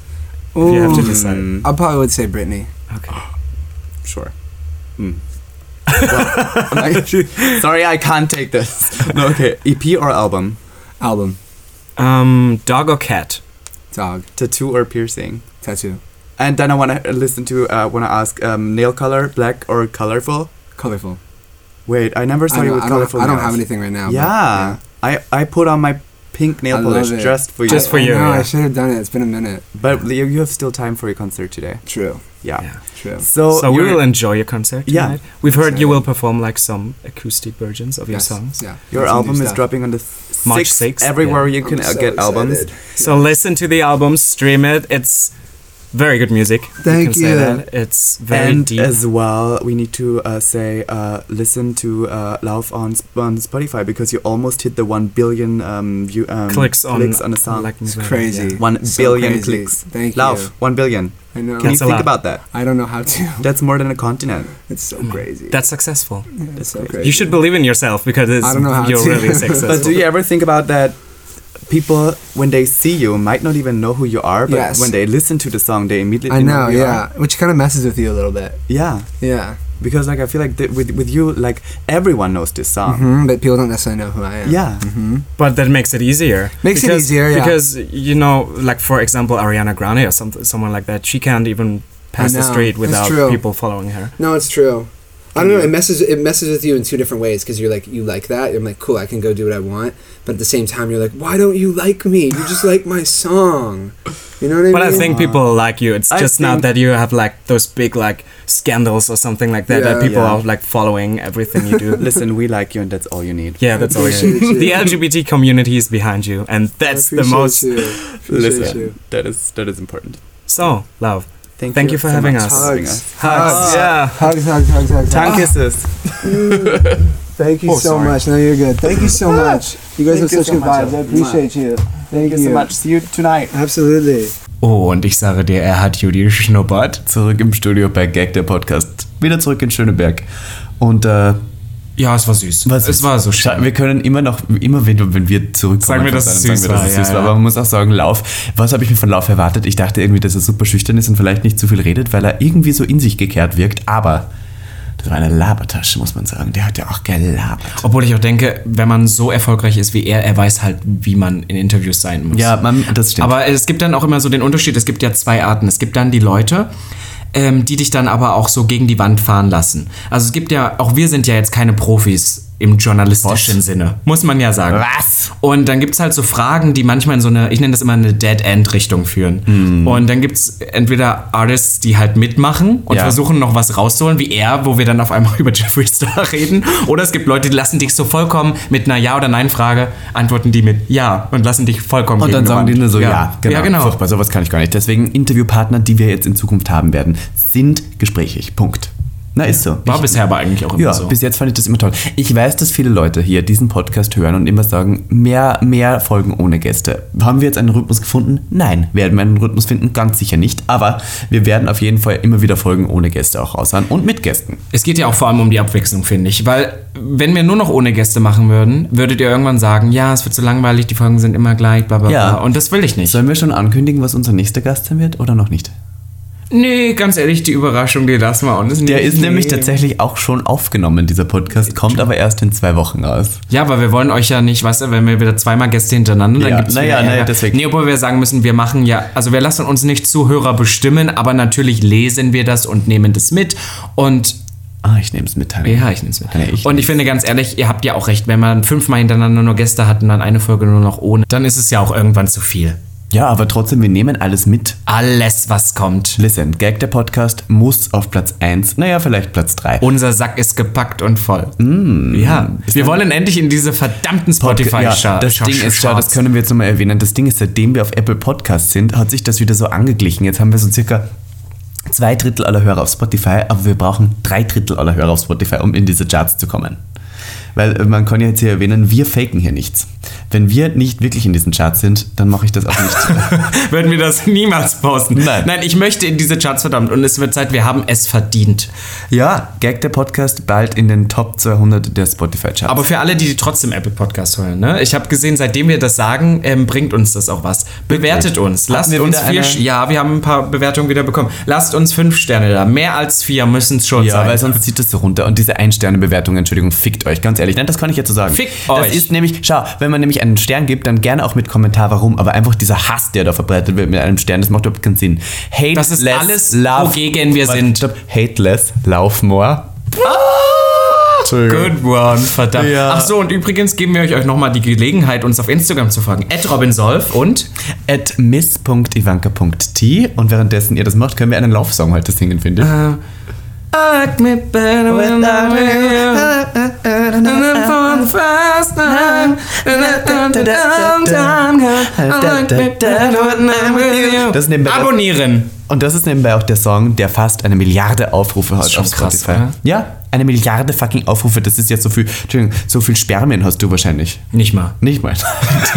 Speaker 7: Ooh,
Speaker 1: you have to decide.
Speaker 7: I probably would say Britney.
Speaker 1: Okay.
Speaker 2: Sure. Mm. Well, I- sorry, I can't take this. No, okay. EP or album?
Speaker 7: Album,
Speaker 1: Um, dog or cat?
Speaker 7: dog,
Speaker 2: Tattoo or piercing?
Speaker 7: tattoo,
Speaker 2: And then I want to listen to. Uh, want to ask um, nail color, black or colorful?
Speaker 7: colorful.
Speaker 2: Wait, I never saw
Speaker 7: I
Speaker 2: you
Speaker 7: don't,
Speaker 2: with
Speaker 7: I don't,
Speaker 2: colorful.
Speaker 7: I don't
Speaker 2: nails.
Speaker 7: have anything right now. but,
Speaker 2: Yeah. I I put on my pink nail
Speaker 7: I love
Speaker 2: polish
Speaker 7: it.
Speaker 2: just for you.
Speaker 1: Just for
Speaker 7: I
Speaker 1: you,
Speaker 7: know,
Speaker 1: yeah.
Speaker 7: I should have done it. It's been a minute.
Speaker 2: But you, you have still time for your concert today.
Speaker 7: True.
Speaker 2: Yeah.
Speaker 1: Yeah.
Speaker 7: True.
Speaker 2: So,
Speaker 1: so we
Speaker 2: you're,
Speaker 1: will enjoy your concert
Speaker 2: Yeah.
Speaker 1: tonight. We've heard you
Speaker 7: Exciting.
Speaker 1: will perform like some acoustic versions of your
Speaker 7: Yes,
Speaker 1: songs.
Speaker 7: Yeah.
Speaker 2: your
Speaker 7: Some new
Speaker 2: album is
Speaker 7: stuff.
Speaker 2: dropping on the
Speaker 1: March
Speaker 2: 6th.
Speaker 1: 6th,
Speaker 2: Everywhere you
Speaker 7: I'm
Speaker 2: can uh,
Speaker 7: so
Speaker 2: get albums.
Speaker 7: excited.
Speaker 1: So listen to the album, stream it. It's very good music.
Speaker 7: Thank
Speaker 1: you. Can say
Speaker 7: you.
Speaker 1: that. It's very
Speaker 2: and
Speaker 1: deep.
Speaker 2: as well, we need to uh, say uh, listen to uh, Lauf on, Sp- on Spotify because you almost hit the 1 billion um, view, um,
Speaker 1: clicks on
Speaker 2: on a song.
Speaker 1: Like
Speaker 7: It's
Speaker 1: Missouri,
Speaker 7: crazy.
Speaker 1: yeah.
Speaker 2: One billion
Speaker 7: So crazy.
Speaker 2: clicks.
Speaker 7: Thank
Speaker 2: Lauf,
Speaker 7: you. Oh.
Speaker 2: 1 billion.
Speaker 7: I know.
Speaker 2: Can
Speaker 1: That's a
Speaker 2: you think
Speaker 1: lot.
Speaker 2: about that?
Speaker 7: I don't know how to.
Speaker 2: That's more than a continent.
Speaker 7: It's so
Speaker 1: Mm.
Speaker 7: crazy.
Speaker 1: That's successful.
Speaker 7: That's so crazy.
Speaker 1: You should believe in yourself because it's,
Speaker 7: I don't know how
Speaker 1: you're
Speaker 7: to.
Speaker 1: really
Speaker 7: But
Speaker 1: successful.
Speaker 2: But do you ever think about that? People, when they see you, might not even know who you are, but
Speaker 7: Yes.
Speaker 2: when they listen to the song, they immediately
Speaker 7: I know.
Speaker 1: E
Speaker 2: who you
Speaker 7: Yeah.
Speaker 2: are.
Speaker 7: Which kind of messes with you a little bit.
Speaker 2: Yeah.
Speaker 7: Yeah.
Speaker 2: Because, like, I feel like th- with, with you, like, everyone knows this song.
Speaker 7: hmm But people don't necessarily know who I am.
Speaker 2: Yeah.
Speaker 1: But that makes it easier.
Speaker 7: Makes it
Speaker 1: because,
Speaker 7: easier, yeah.
Speaker 1: Because you know, like for example, Ariana Grande or some, someone like that, she can't even pass the
Speaker 7: know.
Speaker 1: street
Speaker 7: That's
Speaker 1: without
Speaker 7: true.
Speaker 1: people following her.
Speaker 7: No, it's true. I don't know. It messes. It messes with you in two different ways because you're like, you like that. I'm like, cool. I can go do what I want. But at the same time, you're like, why don't you like me? You just like my song. You know what I mean?
Speaker 1: But I think people like you. It's
Speaker 2: I
Speaker 1: just not
Speaker 2: think-
Speaker 1: that you have like those big like scandals or something like that that
Speaker 7: Yeah.
Speaker 1: people
Speaker 2: Yeah.
Speaker 1: are like following everything you do.
Speaker 2: Listen, we like you, and that's all you need.
Speaker 1: Yeah, that's all. you
Speaker 7: appreciate you.
Speaker 1: need. The LGBT community is behind you, and that's the most.
Speaker 2: Listen, that is that is important.
Speaker 1: So, love.
Speaker 2: Thank,
Speaker 1: Thank you for having
Speaker 2: much
Speaker 1: us.
Speaker 2: for having us.
Speaker 1: Hugs. Yeah.
Speaker 7: Hugs, hugs, hugs, hugs.
Speaker 2: Tongue kisses.
Speaker 7: Thank you so much. No, you're good. Thank you so much. You guys
Speaker 2: Thank
Speaker 7: have
Speaker 2: you
Speaker 7: such
Speaker 2: so
Speaker 7: good
Speaker 2: much.
Speaker 7: vibes. I appreciate you. Thank you
Speaker 2: so much. See you tonight.
Speaker 7: Absolutely.
Speaker 12: Oh, und ich sage dir, er hat Judy geschnuppert.
Speaker 3: Zurück im Studio bei Gag, der Podcast. Wieder zurück in Schöneberg. Und äh,
Speaker 1: Ja, es war süß.
Speaker 2: Was
Speaker 1: es war so
Speaker 2: Scha-
Speaker 1: schön.
Speaker 2: Wir können immer noch, immer wenn, wenn wir zurückkommen,
Speaker 1: Sagen wir,
Speaker 2: von
Speaker 1: dass es
Speaker 2: seinem-
Speaker 1: süß war, ja, ja.
Speaker 2: Aber man muss auch sagen, Lauf, was habe ich mir von Lauf erwartet? Ich dachte irgendwie, dass er super schüchtern ist und vielleicht nicht zu viel redet, weil er irgendwie so in sich gekehrt wirkt. Aber das war eine Labertasche, muss man sagen. Der hat ja auch gelabert.
Speaker 1: Obwohl ich auch denke, wenn man so erfolgreich ist wie er, er weiß halt, wie man in Interviews sein muss.
Speaker 2: Ja, man, das stimmt.
Speaker 1: Aber es gibt dann auch immer so den Unterschied, es gibt ja zwei Arten. Es gibt dann die Leute, ähm, die dich dann aber auch so gegen die Wand fahren lassen. Also es gibt ja, auch wir sind ja jetzt keine Profis im journalistischen Sinne, muss man ja sagen.
Speaker 2: Was?
Speaker 1: Und dann gibt es halt so Fragen, die manchmal in so eine, ich nenne das immer eine Dead-End-Richtung führen.
Speaker 2: Hm.
Speaker 1: Und dann gibt es entweder Artists, die halt mitmachen und
Speaker 2: Ja.
Speaker 1: versuchen noch was rauszuholen, wie er, wo wir dann auf einmal über Jeffree Star reden. Oder es gibt Leute, die lassen dich so vollkommen mit einer Ja- oder Nein-Frage, antworten die mit Ja und lassen dich vollkommen
Speaker 2: und dann
Speaker 1: gegen
Speaker 2: sagen
Speaker 1: Wand.
Speaker 2: die nur so, ja, genau.
Speaker 1: Ja, genau.
Speaker 2: Furchtbar, sowas kann ich gar nicht. Deswegen Interviewpartner, die wir jetzt in Zukunft haben werden, sind gesprächig. Punkt. Na, ist so.
Speaker 1: War
Speaker 2: Ich-
Speaker 1: bisher aber eigentlich auch immer
Speaker 2: Ja,
Speaker 1: so.
Speaker 2: bis jetzt fand ich das immer toll. Ich weiß, dass viele Leute hier diesen Podcast hören und immer sagen, mehr, mehr Folgen ohne Gäste. Haben wir jetzt einen Rhythmus gefunden? Nein, werden wir einen Rhythmus finden? Ganz sicher nicht. Aber wir werden auf jeden Fall immer wieder Folgen ohne Gäste auch raushauen und mit Gästen.
Speaker 1: Es geht ja auch vor allem um die Abwechslung, finde ich. Weil, wenn wir nur noch ohne Gäste machen würden, würdet ihr irgendwann sagen, ja, es wird so langweilig, die Folgen sind immer gleich, bla bla
Speaker 2: Ja.
Speaker 1: bla. Und das will ich nicht.
Speaker 2: Sollen wir schon ankündigen, was unser nächster Gast sein wird oder noch nicht?
Speaker 1: Nee, ganz ehrlich, die Überraschung, die lassen wir uns nicht.
Speaker 2: Der ist
Speaker 1: Nee.
Speaker 2: nämlich tatsächlich auch schon aufgenommen, dieser Podcast, kommt aber erst in zwei Wochen raus.
Speaker 1: Ja, aber wir wollen euch ja nicht, weißt du, wenn wir wieder zweimal Gäste hintereinander, dann
Speaker 2: Ja,
Speaker 1: gibt's
Speaker 2: naja,
Speaker 1: wieder
Speaker 2: naja,
Speaker 1: Ärger.
Speaker 2: deswegen.
Speaker 1: Nee, obwohl wir sagen müssen, wir machen ja, also wir lassen uns nicht Zuhörer bestimmen, aber natürlich lesen wir das und nehmen das mit und
Speaker 2: Ah, ich nehme es mit. Tanja.
Speaker 1: Ja, ich nehme es mit.
Speaker 2: Ja, ich
Speaker 1: und ich finde ganz ehrlich, ihr habt ja auch recht, wenn man fünfmal hintereinander nur Gäste hat und dann eine Folge nur noch ohne, dann ist es ja auch irgendwann zu viel.
Speaker 2: Ja, aber trotzdem, wir nehmen alles mit.
Speaker 1: Alles, was kommt.
Speaker 2: Listen, Gag der Podcast muss auf Platz 1, naja, vielleicht Platz 3.
Speaker 1: Unser Sack ist gepackt und voll. ja, wir wollen endlich in diese verdammten Spotify-Charts.
Speaker 2: Hm. Ja, das Ding ist, ja, das können wir jetzt nochmal erwähnen, das Ding ist, seitdem wir auf Apple Podcast sind, hat sich das wieder so angeglichen. Jetzt haben wir so circa zwei Drittel aller Hörer auf Spotify, aber wir brauchen drei Drittel aller Hörer auf Spotify, um in diese Charts zu kommen. Weil äh, man kann ja jetzt hier erwähnen, wir faken hier nichts. Wenn wir nicht wirklich in diesen Charts sind, dann mache ich das auch nicht.
Speaker 1: Würden wir das niemals posten.
Speaker 2: Nein.
Speaker 1: Nein, ich möchte in diese Charts verdammt und es wird Zeit, wir haben es verdient.
Speaker 2: ja, Gag der Podcast bald in den Top 200 der Spotify-Charts.
Speaker 1: Aber für alle, die, die trotzdem Apple Podcast hören, ne? Ich habe gesehen, seitdem wir das sagen, ähm, bringt uns das auch was. Bewertet uns. Lasst
Speaker 2: wir
Speaker 1: uns
Speaker 2: wieder
Speaker 1: vier.
Speaker 2: eine-
Speaker 1: Sch- Ja, wir haben ein paar Bewertungen wieder bekommen. Lasst uns fünf Sterne da. Mehr als vier müssen es schon
Speaker 2: Ja,
Speaker 1: sein.
Speaker 2: weil sonst zieht es so runter. Und diese Ein-Sterne-Bewertung, Entschuldigung, fickt euch, ganz ehrlich. Nein, das kann ich jetzt so sagen.
Speaker 1: Fickt
Speaker 2: das
Speaker 1: euch.
Speaker 2: ist nämlich, schau, wenn man nämlich einen Stern gibt, dann gerne auch mit Kommentar, warum, aber einfach dieser Hass, der da verbreitet wird mit einem Stern, das macht überhaupt keinen Sinn. Hate
Speaker 1: Das ist alles, wogegen wir sind.
Speaker 2: Stopp. Hateless, love more. Entschuldigung.
Speaker 1: Ah! Good one, verdammt.
Speaker 2: Ja.
Speaker 1: Ach so, und übrigens geben wir euch nochmal die Gelegenheit, uns auf Instagram zu fragen. @robinsolf und
Speaker 2: At miss.ivanka.t und währenddessen ihr das macht, können wir einen Laufsong heute singen, finde
Speaker 1: Ah.
Speaker 2: ich. Das nehmen wir-
Speaker 1: Abonnieren.
Speaker 2: Und das ist nebenbei auch der Song, der fast eine Milliarde Aufrufe hat
Speaker 1: schon
Speaker 2: auf
Speaker 1: krass,
Speaker 2: Spotify.
Speaker 1: oder?
Speaker 2: Ja, eine Milliarde fucking Aufrufe. Das ist ja so viel, Entschuldigung, so viel Spermien hast du wahrscheinlich.
Speaker 1: Nicht mal.
Speaker 2: Nicht mal.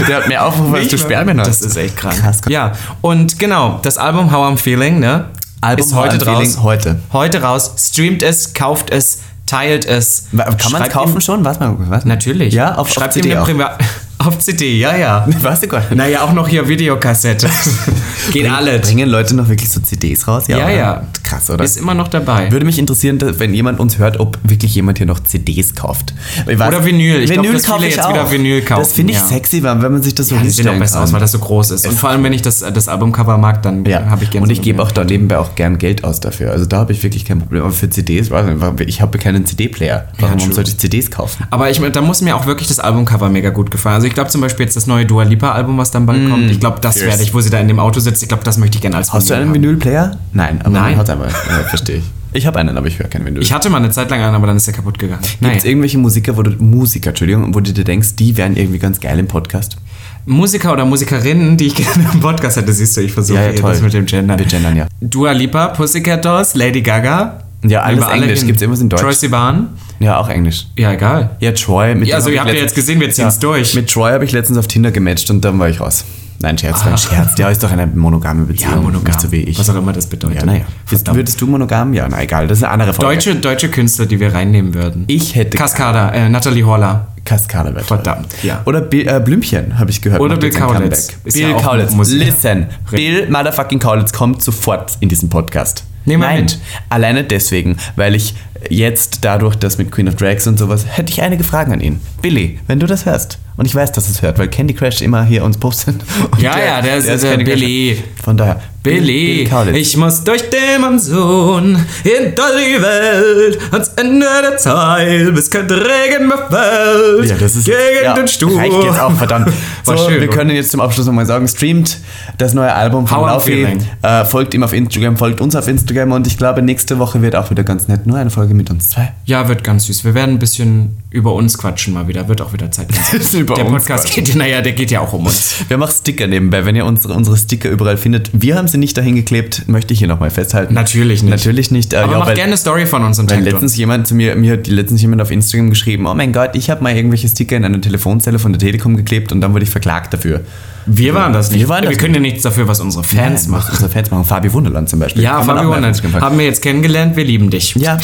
Speaker 2: Der hat mehr Aufrufe, als
Speaker 1: Nicht
Speaker 2: du
Speaker 1: mal.
Speaker 2: Spermien hast.
Speaker 1: Das ist echt krank.
Speaker 2: Krass, krass.
Speaker 1: Ja, und genau, das Album How I'm Feeling, ne?
Speaker 2: Album
Speaker 1: ist heute
Speaker 2: How I'm
Speaker 1: raus.
Speaker 2: Feeling, heute.
Speaker 1: Heute raus. Streamt es, kauft es, teilt es.
Speaker 2: Wa- Kann man es
Speaker 1: Schreibt
Speaker 2: kaufen
Speaker 1: ihm-
Speaker 2: schon? Was mal, was?
Speaker 1: Natürlich.
Speaker 2: Ja, auf, auf
Speaker 1: Schreibt
Speaker 2: CD
Speaker 1: ihm eine
Speaker 2: auch.
Speaker 1: Priva- Auf CD, ja, ja.
Speaker 2: Weißt du gar nicht.
Speaker 1: Naja, auch noch hier Videokassette. Geht
Speaker 2: Bring-
Speaker 1: alles.
Speaker 2: Bringen Leute noch wirklich so CDs raus?
Speaker 1: Ja,
Speaker 2: oder?
Speaker 1: ja.
Speaker 2: Krass, oder?
Speaker 1: Ist immer noch dabei.
Speaker 2: Würde mich interessieren, dass, wenn jemand uns hört, ob wirklich jemand hier noch CDs kauft. Ich weiß-
Speaker 1: Oder Vinyl. Ich glaub,
Speaker 2: Vinyl
Speaker 1: dass viele
Speaker 2: kaufe ich
Speaker 1: jetzt
Speaker 2: auch.
Speaker 1: wieder Vinyl
Speaker 2: Das
Speaker 1: kaufen,
Speaker 2: finde ich
Speaker 1: ja.
Speaker 2: sexy, wenn wenn man sich das so
Speaker 1: Ja, die sieht auch
Speaker 2: hinstellen
Speaker 1: besser
Speaker 2: kann.
Speaker 1: aus, weil das so groß ist. Und vor allem, wenn ich das, das Albumcover mag, dann
Speaker 2: Ja,
Speaker 1: habe ich gerne
Speaker 2: und
Speaker 1: so
Speaker 2: ich
Speaker 1: eine
Speaker 2: gebe auch da nebenbei auch gern Geld aus dafür. Also da habe ich wirklich kein Problem. Aber für CDs, weiß nicht, warum- ich habe keinen CD-Player. Warum
Speaker 1: true.
Speaker 2: sollte ich CDs kaufen?
Speaker 1: Aber ich, da muss mir auch wirklich das Albumcover mega gut gefallen. Also ich glaube zum Beispiel jetzt das neue Dua Lipa Album, was dann bald kommt. Ich glaube, das
Speaker 2: Mm, fierce.
Speaker 1: werde ich, wo sie da in dem Auto sitzt. Ich glaube, das möchte ich gerne als
Speaker 2: Hast du
Speaker 1: Vinyl
Speaker 2: einen
Speaker 1: haben.
Speaker 2: Vinyl-Player? Nein, aber
Speaker 1: Nein.
Speaker 2: man hat einmal. Ja, verstehe ich. Ich habe einen, aber ich höre keinen Vinyl.
Speaker 1: Ich hatte mal eine Zeit lang einen, aber dann ist der kaputt gegangen.
Speaker 2: Gibt es irgendwelche Musiker, wo du, Musiker, Entschuldigung, wo du dir denkst, die wären irgendwie ganz geil im Podcast?
Speaker 1: Musiker oder Musikerinnen, die ich gerne im Podcast hätte, siehst du, ich versuche
Speaker 2: Ja, ja,
Speaker 1: hier
Speaker 2: toll.
Speaker 1: das mit dem Gender.
Speaker 2: Wir gendern, ja.
Speaker 1: Dua Lipa, Pussycat Dolls, Lady Gaga.
Speaker 2: Ja, alles
Speaker 1: Über alle
Speaker 2: Englisch.
Speaker 1: hin.
Speaker 2: Gibt's irgendwas in Deutsch?
Speaker 1: Troye Sivan.
Speaker 2: Ja, auch Englisch.
Speaker 1: Ja, egal.
Speaker 2: Ja, Troy. Mit
Speaker 1: Ja,
Speaker 2: dem
Speaker 1: also
Speaker 2: hab
Speaker 1: ihr
Speaker 2: ich
Speaker 1: habt ja
Speaker 2: letztens-
Speaker 1: jetzt gesehen, wir ziehen's durch.
Speaker 2: Mit Troy habe ich letztens auf Tinder gematcht und dann war ich raus. Nein, Scherz, war ein Scherz. Der ist doch eine monogame Beziehung. Nicht so wie ich.
Speaker 1: Ah. Was auch immer das bedeutet.
Speaker 2: Ja, naja. Würdest,
Speaker 1: Verdammt.
Speaker 2: würdest du monogam? Ja, na egal, das ist eine andere Frage.
Speaker 1: Deutsche, deutsche Künstler, die wir reinnehmen würden.
Speaker 2: Oh, Ich hätte-
Speaker 1: Cascada, äh, Natalie Horla.
Speaker 2: Kaskade wird.
Speaker 1: Verdammt, ja.
Speaker 2: Oder Bill, äh, Blümchen, habe ich gehört.
Speaker 1: Oder
Speaker 2: macht
Speaker 1: Bill
Speaker 2: jetzt ein
Speaker 1: Kaulitz.
Speaker 2: Comeback.
Speaker 1: Ist
Speaker 2: Bill
Speaker 1: ja auch
Speaker 2: Kaulitz.
Speaker 1: Musiker.
Speaker 2: Listen,
Speaker 1: Richtig.
Speaker 2: Bill motherfucking Kaulitz kommt sofort in diesen Podcast.
Speaker 1: Nehmen wir
Speaker 2: Nein,
Speaker 1: mit.
Speaker 2: alleine deswegen, weil ich jetzt dadurch, dass mit Queen of Drags und sowas, hätte ich einige Fragen an ihn. Billy, wenn du das hörst, und ich weiß, dass es hört, weil Candy Crash immer hier uns postet. Und
Speaker 1: Ja, ja, der ist- der
Speaker 2: Candy Crush.
Speaker 1: Billy.
Speaker 2: Von daher,
Speaker 1: Billy,
Speaker 2: Kaulitz.
Speaker 1: ich muss durch den Monsun hinter die Welt ans Ende der Zeit, bis kein Regen mehr fällt
Speaker 2: Ja, das ist
Speaker 1: gegen
Speaker 2: ja,
Speaker 1: den Sturm.
Speaker 2: Reicht jetzt auch, verdammt.
Speaker 1: War
Speaker 2: So,
Speaker 1: schön,
Speaker 2: wir
Speaker 1: oder?
Speaker 2: können jetzt zum Abschluss nochmal sagen, streamt das neue Album von
Speaker 1: How I'm
Speaker 2: Laufi.
Speaker 1: feeling.
Speaker 2: Äh, folgt ihm auf Instagram, folgt uns auf Instagram und ich glaube, nächste Woche wird auch wieder ganz nett. Nur eine Folge mit uns zwei.
Speaker 1: Ja, wird ganz süß. Wir werden ein bisschen über uns quatschen mal wieder. Wird auch wieder Zeit.
Speaker 2: über
Speaker 1: der
Speaker 2: uns
Speaker 1: Podcast geht ja, naja, der geht ja auch um uns.
Speaker 2: Wir haben auch Sticker nebenbei, wenn ihr unsere, unsere Sticker überall findet. Wir haben sie nicht dahin geklebt, möchte ich hier nochmal festhalten.
Speaker 1: Natürlich nicht.
Speaker 2: Natürlich nicht. Äh,
Speaker 1: Aber
Speaker 2: ja,
Speaker 1: macht
Speaker 2: weil-
Speaker 1: gerne eine Story von uns und
Speaker 2: Weil
Speaker 1: taggt
Speaker 2: letztens
Speaker 1: uns.
Speaker 2: jemand zu mir, mir hat letztens jemand auf Instagram geschrieben, oh mein Gott, ich habe mal irgendwelche Sticker in eine Telefonzelle von der Telekom geklebt und dann wurde ich verklagt dafür.
Speaker 1: Wir waren das nicht.
Speaker 2: Wir waren das
Speaker 1: können ja nichts dafür, was unsere Fans
Speaker 2: Nein,
Speaker 1: machen.
Speaker 2: was unsere Fans machen. Fabi Wunderland zum Beispiel.
Speaker 1: Ja,
Speaker 2: Kann man
Speaker 1: Fabi
Speaker 2: auch mal
Speaker 1: Wonnet.
Speaker 2: Instagram fragen.
Speaker 1: Haben wir jetzt kennengelernt. Wir lieben dich.
Speaker 2: Ja,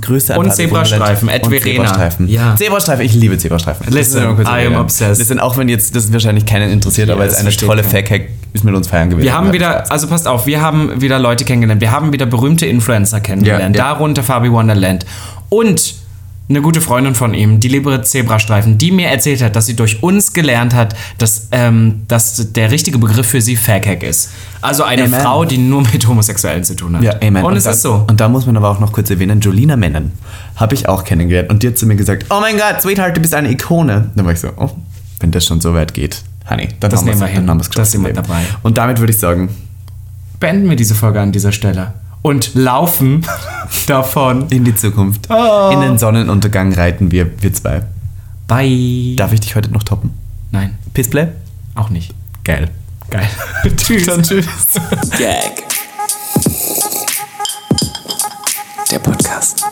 Speaker 2: Grüße an
Speaker 1: Und
Speaker 2: Fabi Wunderland.
Speaker 1: Zebrastreifen, Ed
Speaker 2: Und
Speaker 1: Verena.
Speaker 2: Zebrastreifen.
Speaker 1: Ja.
Speaker 2: Zebrastreifen, ich liebe Zebrastreifen. Das
Speaker 1: Listen,
Speaker 2: müssen wir mal kurz
Speaker 1: I am
Speaker 2: erwähnen.
Speaker 1: obsessed.
Speaker 2: Listen, auch wenn jetzt das wahrscheinlich keinen interessiert, aber es
Speaker 1: das
Speaker 2: ist eine
Speaker 1: versteht
Speaker 2: tolle
Speaker 1: keiner.
Speaker 2: Fact-Hack, ist mit uns feiern gewesen.
Speaker 1: Wir haben wieder, also passt auf, wir haben wieder Leute kennengelernt. Wir haben wieder berühmte Influencer kennengelernt.
Speaker 2: Ja, ja.
Speaker 1: Darunter Fabi Wonderland. Und eine gute Freundin von ihm, die liebe Zebrastreifen, die mir erzählt hat, dass sie durch uns gelernt hat, dass, ähm, dass der richtige Begriff für sie Faghack ist. Also eine
Speaker 2: Amen.
Speaker 1: Frau, die nur mit Homosexuellen zu tun hat.
Speaker 2: Ja, amen.
Speaker 1: Und, es
Speaker 2: dann,
Speaker 1: ist so.
Speaker 2: Und da muss man aber auch noch kurz erwähnen, Jolina Mennen habe ich auch kennengelernt. Und die hat zu mir gesagt, oh mein Gott, Sweetheart, du bist eine Ikone. Dann war ich so, oh, wenn das schon so weit geht, honey, dann
Speaker 1: Das
Speaker 2: haben wir's-
Speaker 1: nehmen wir hin.
Speaker 2: dann haben wir's
Speaker 1: Das sind wir
Speaker 2: geschafft.
Speaker 1: dabei.
Speaker 2: Und damit würde ich sagen,
Speaker 1: Beenden wir diese Folge an dieser Stelle. Und laufen davon.
Speaker 2: in die Zukunft, in den Sonnenuntergang reiten wir, wir zwei.
Speaker 1: Bye.
Speaker 2: Darf ich dich heute noch toppen?
Speaker 1: Nein,
Speaker 2: Pissplay?
Speaker 1: auch nicht.
Speaker 2: Geil.
Speaker 1: Geil. tschüss. Dann tschüss.
Speaker 5: Gag. Der Podcast.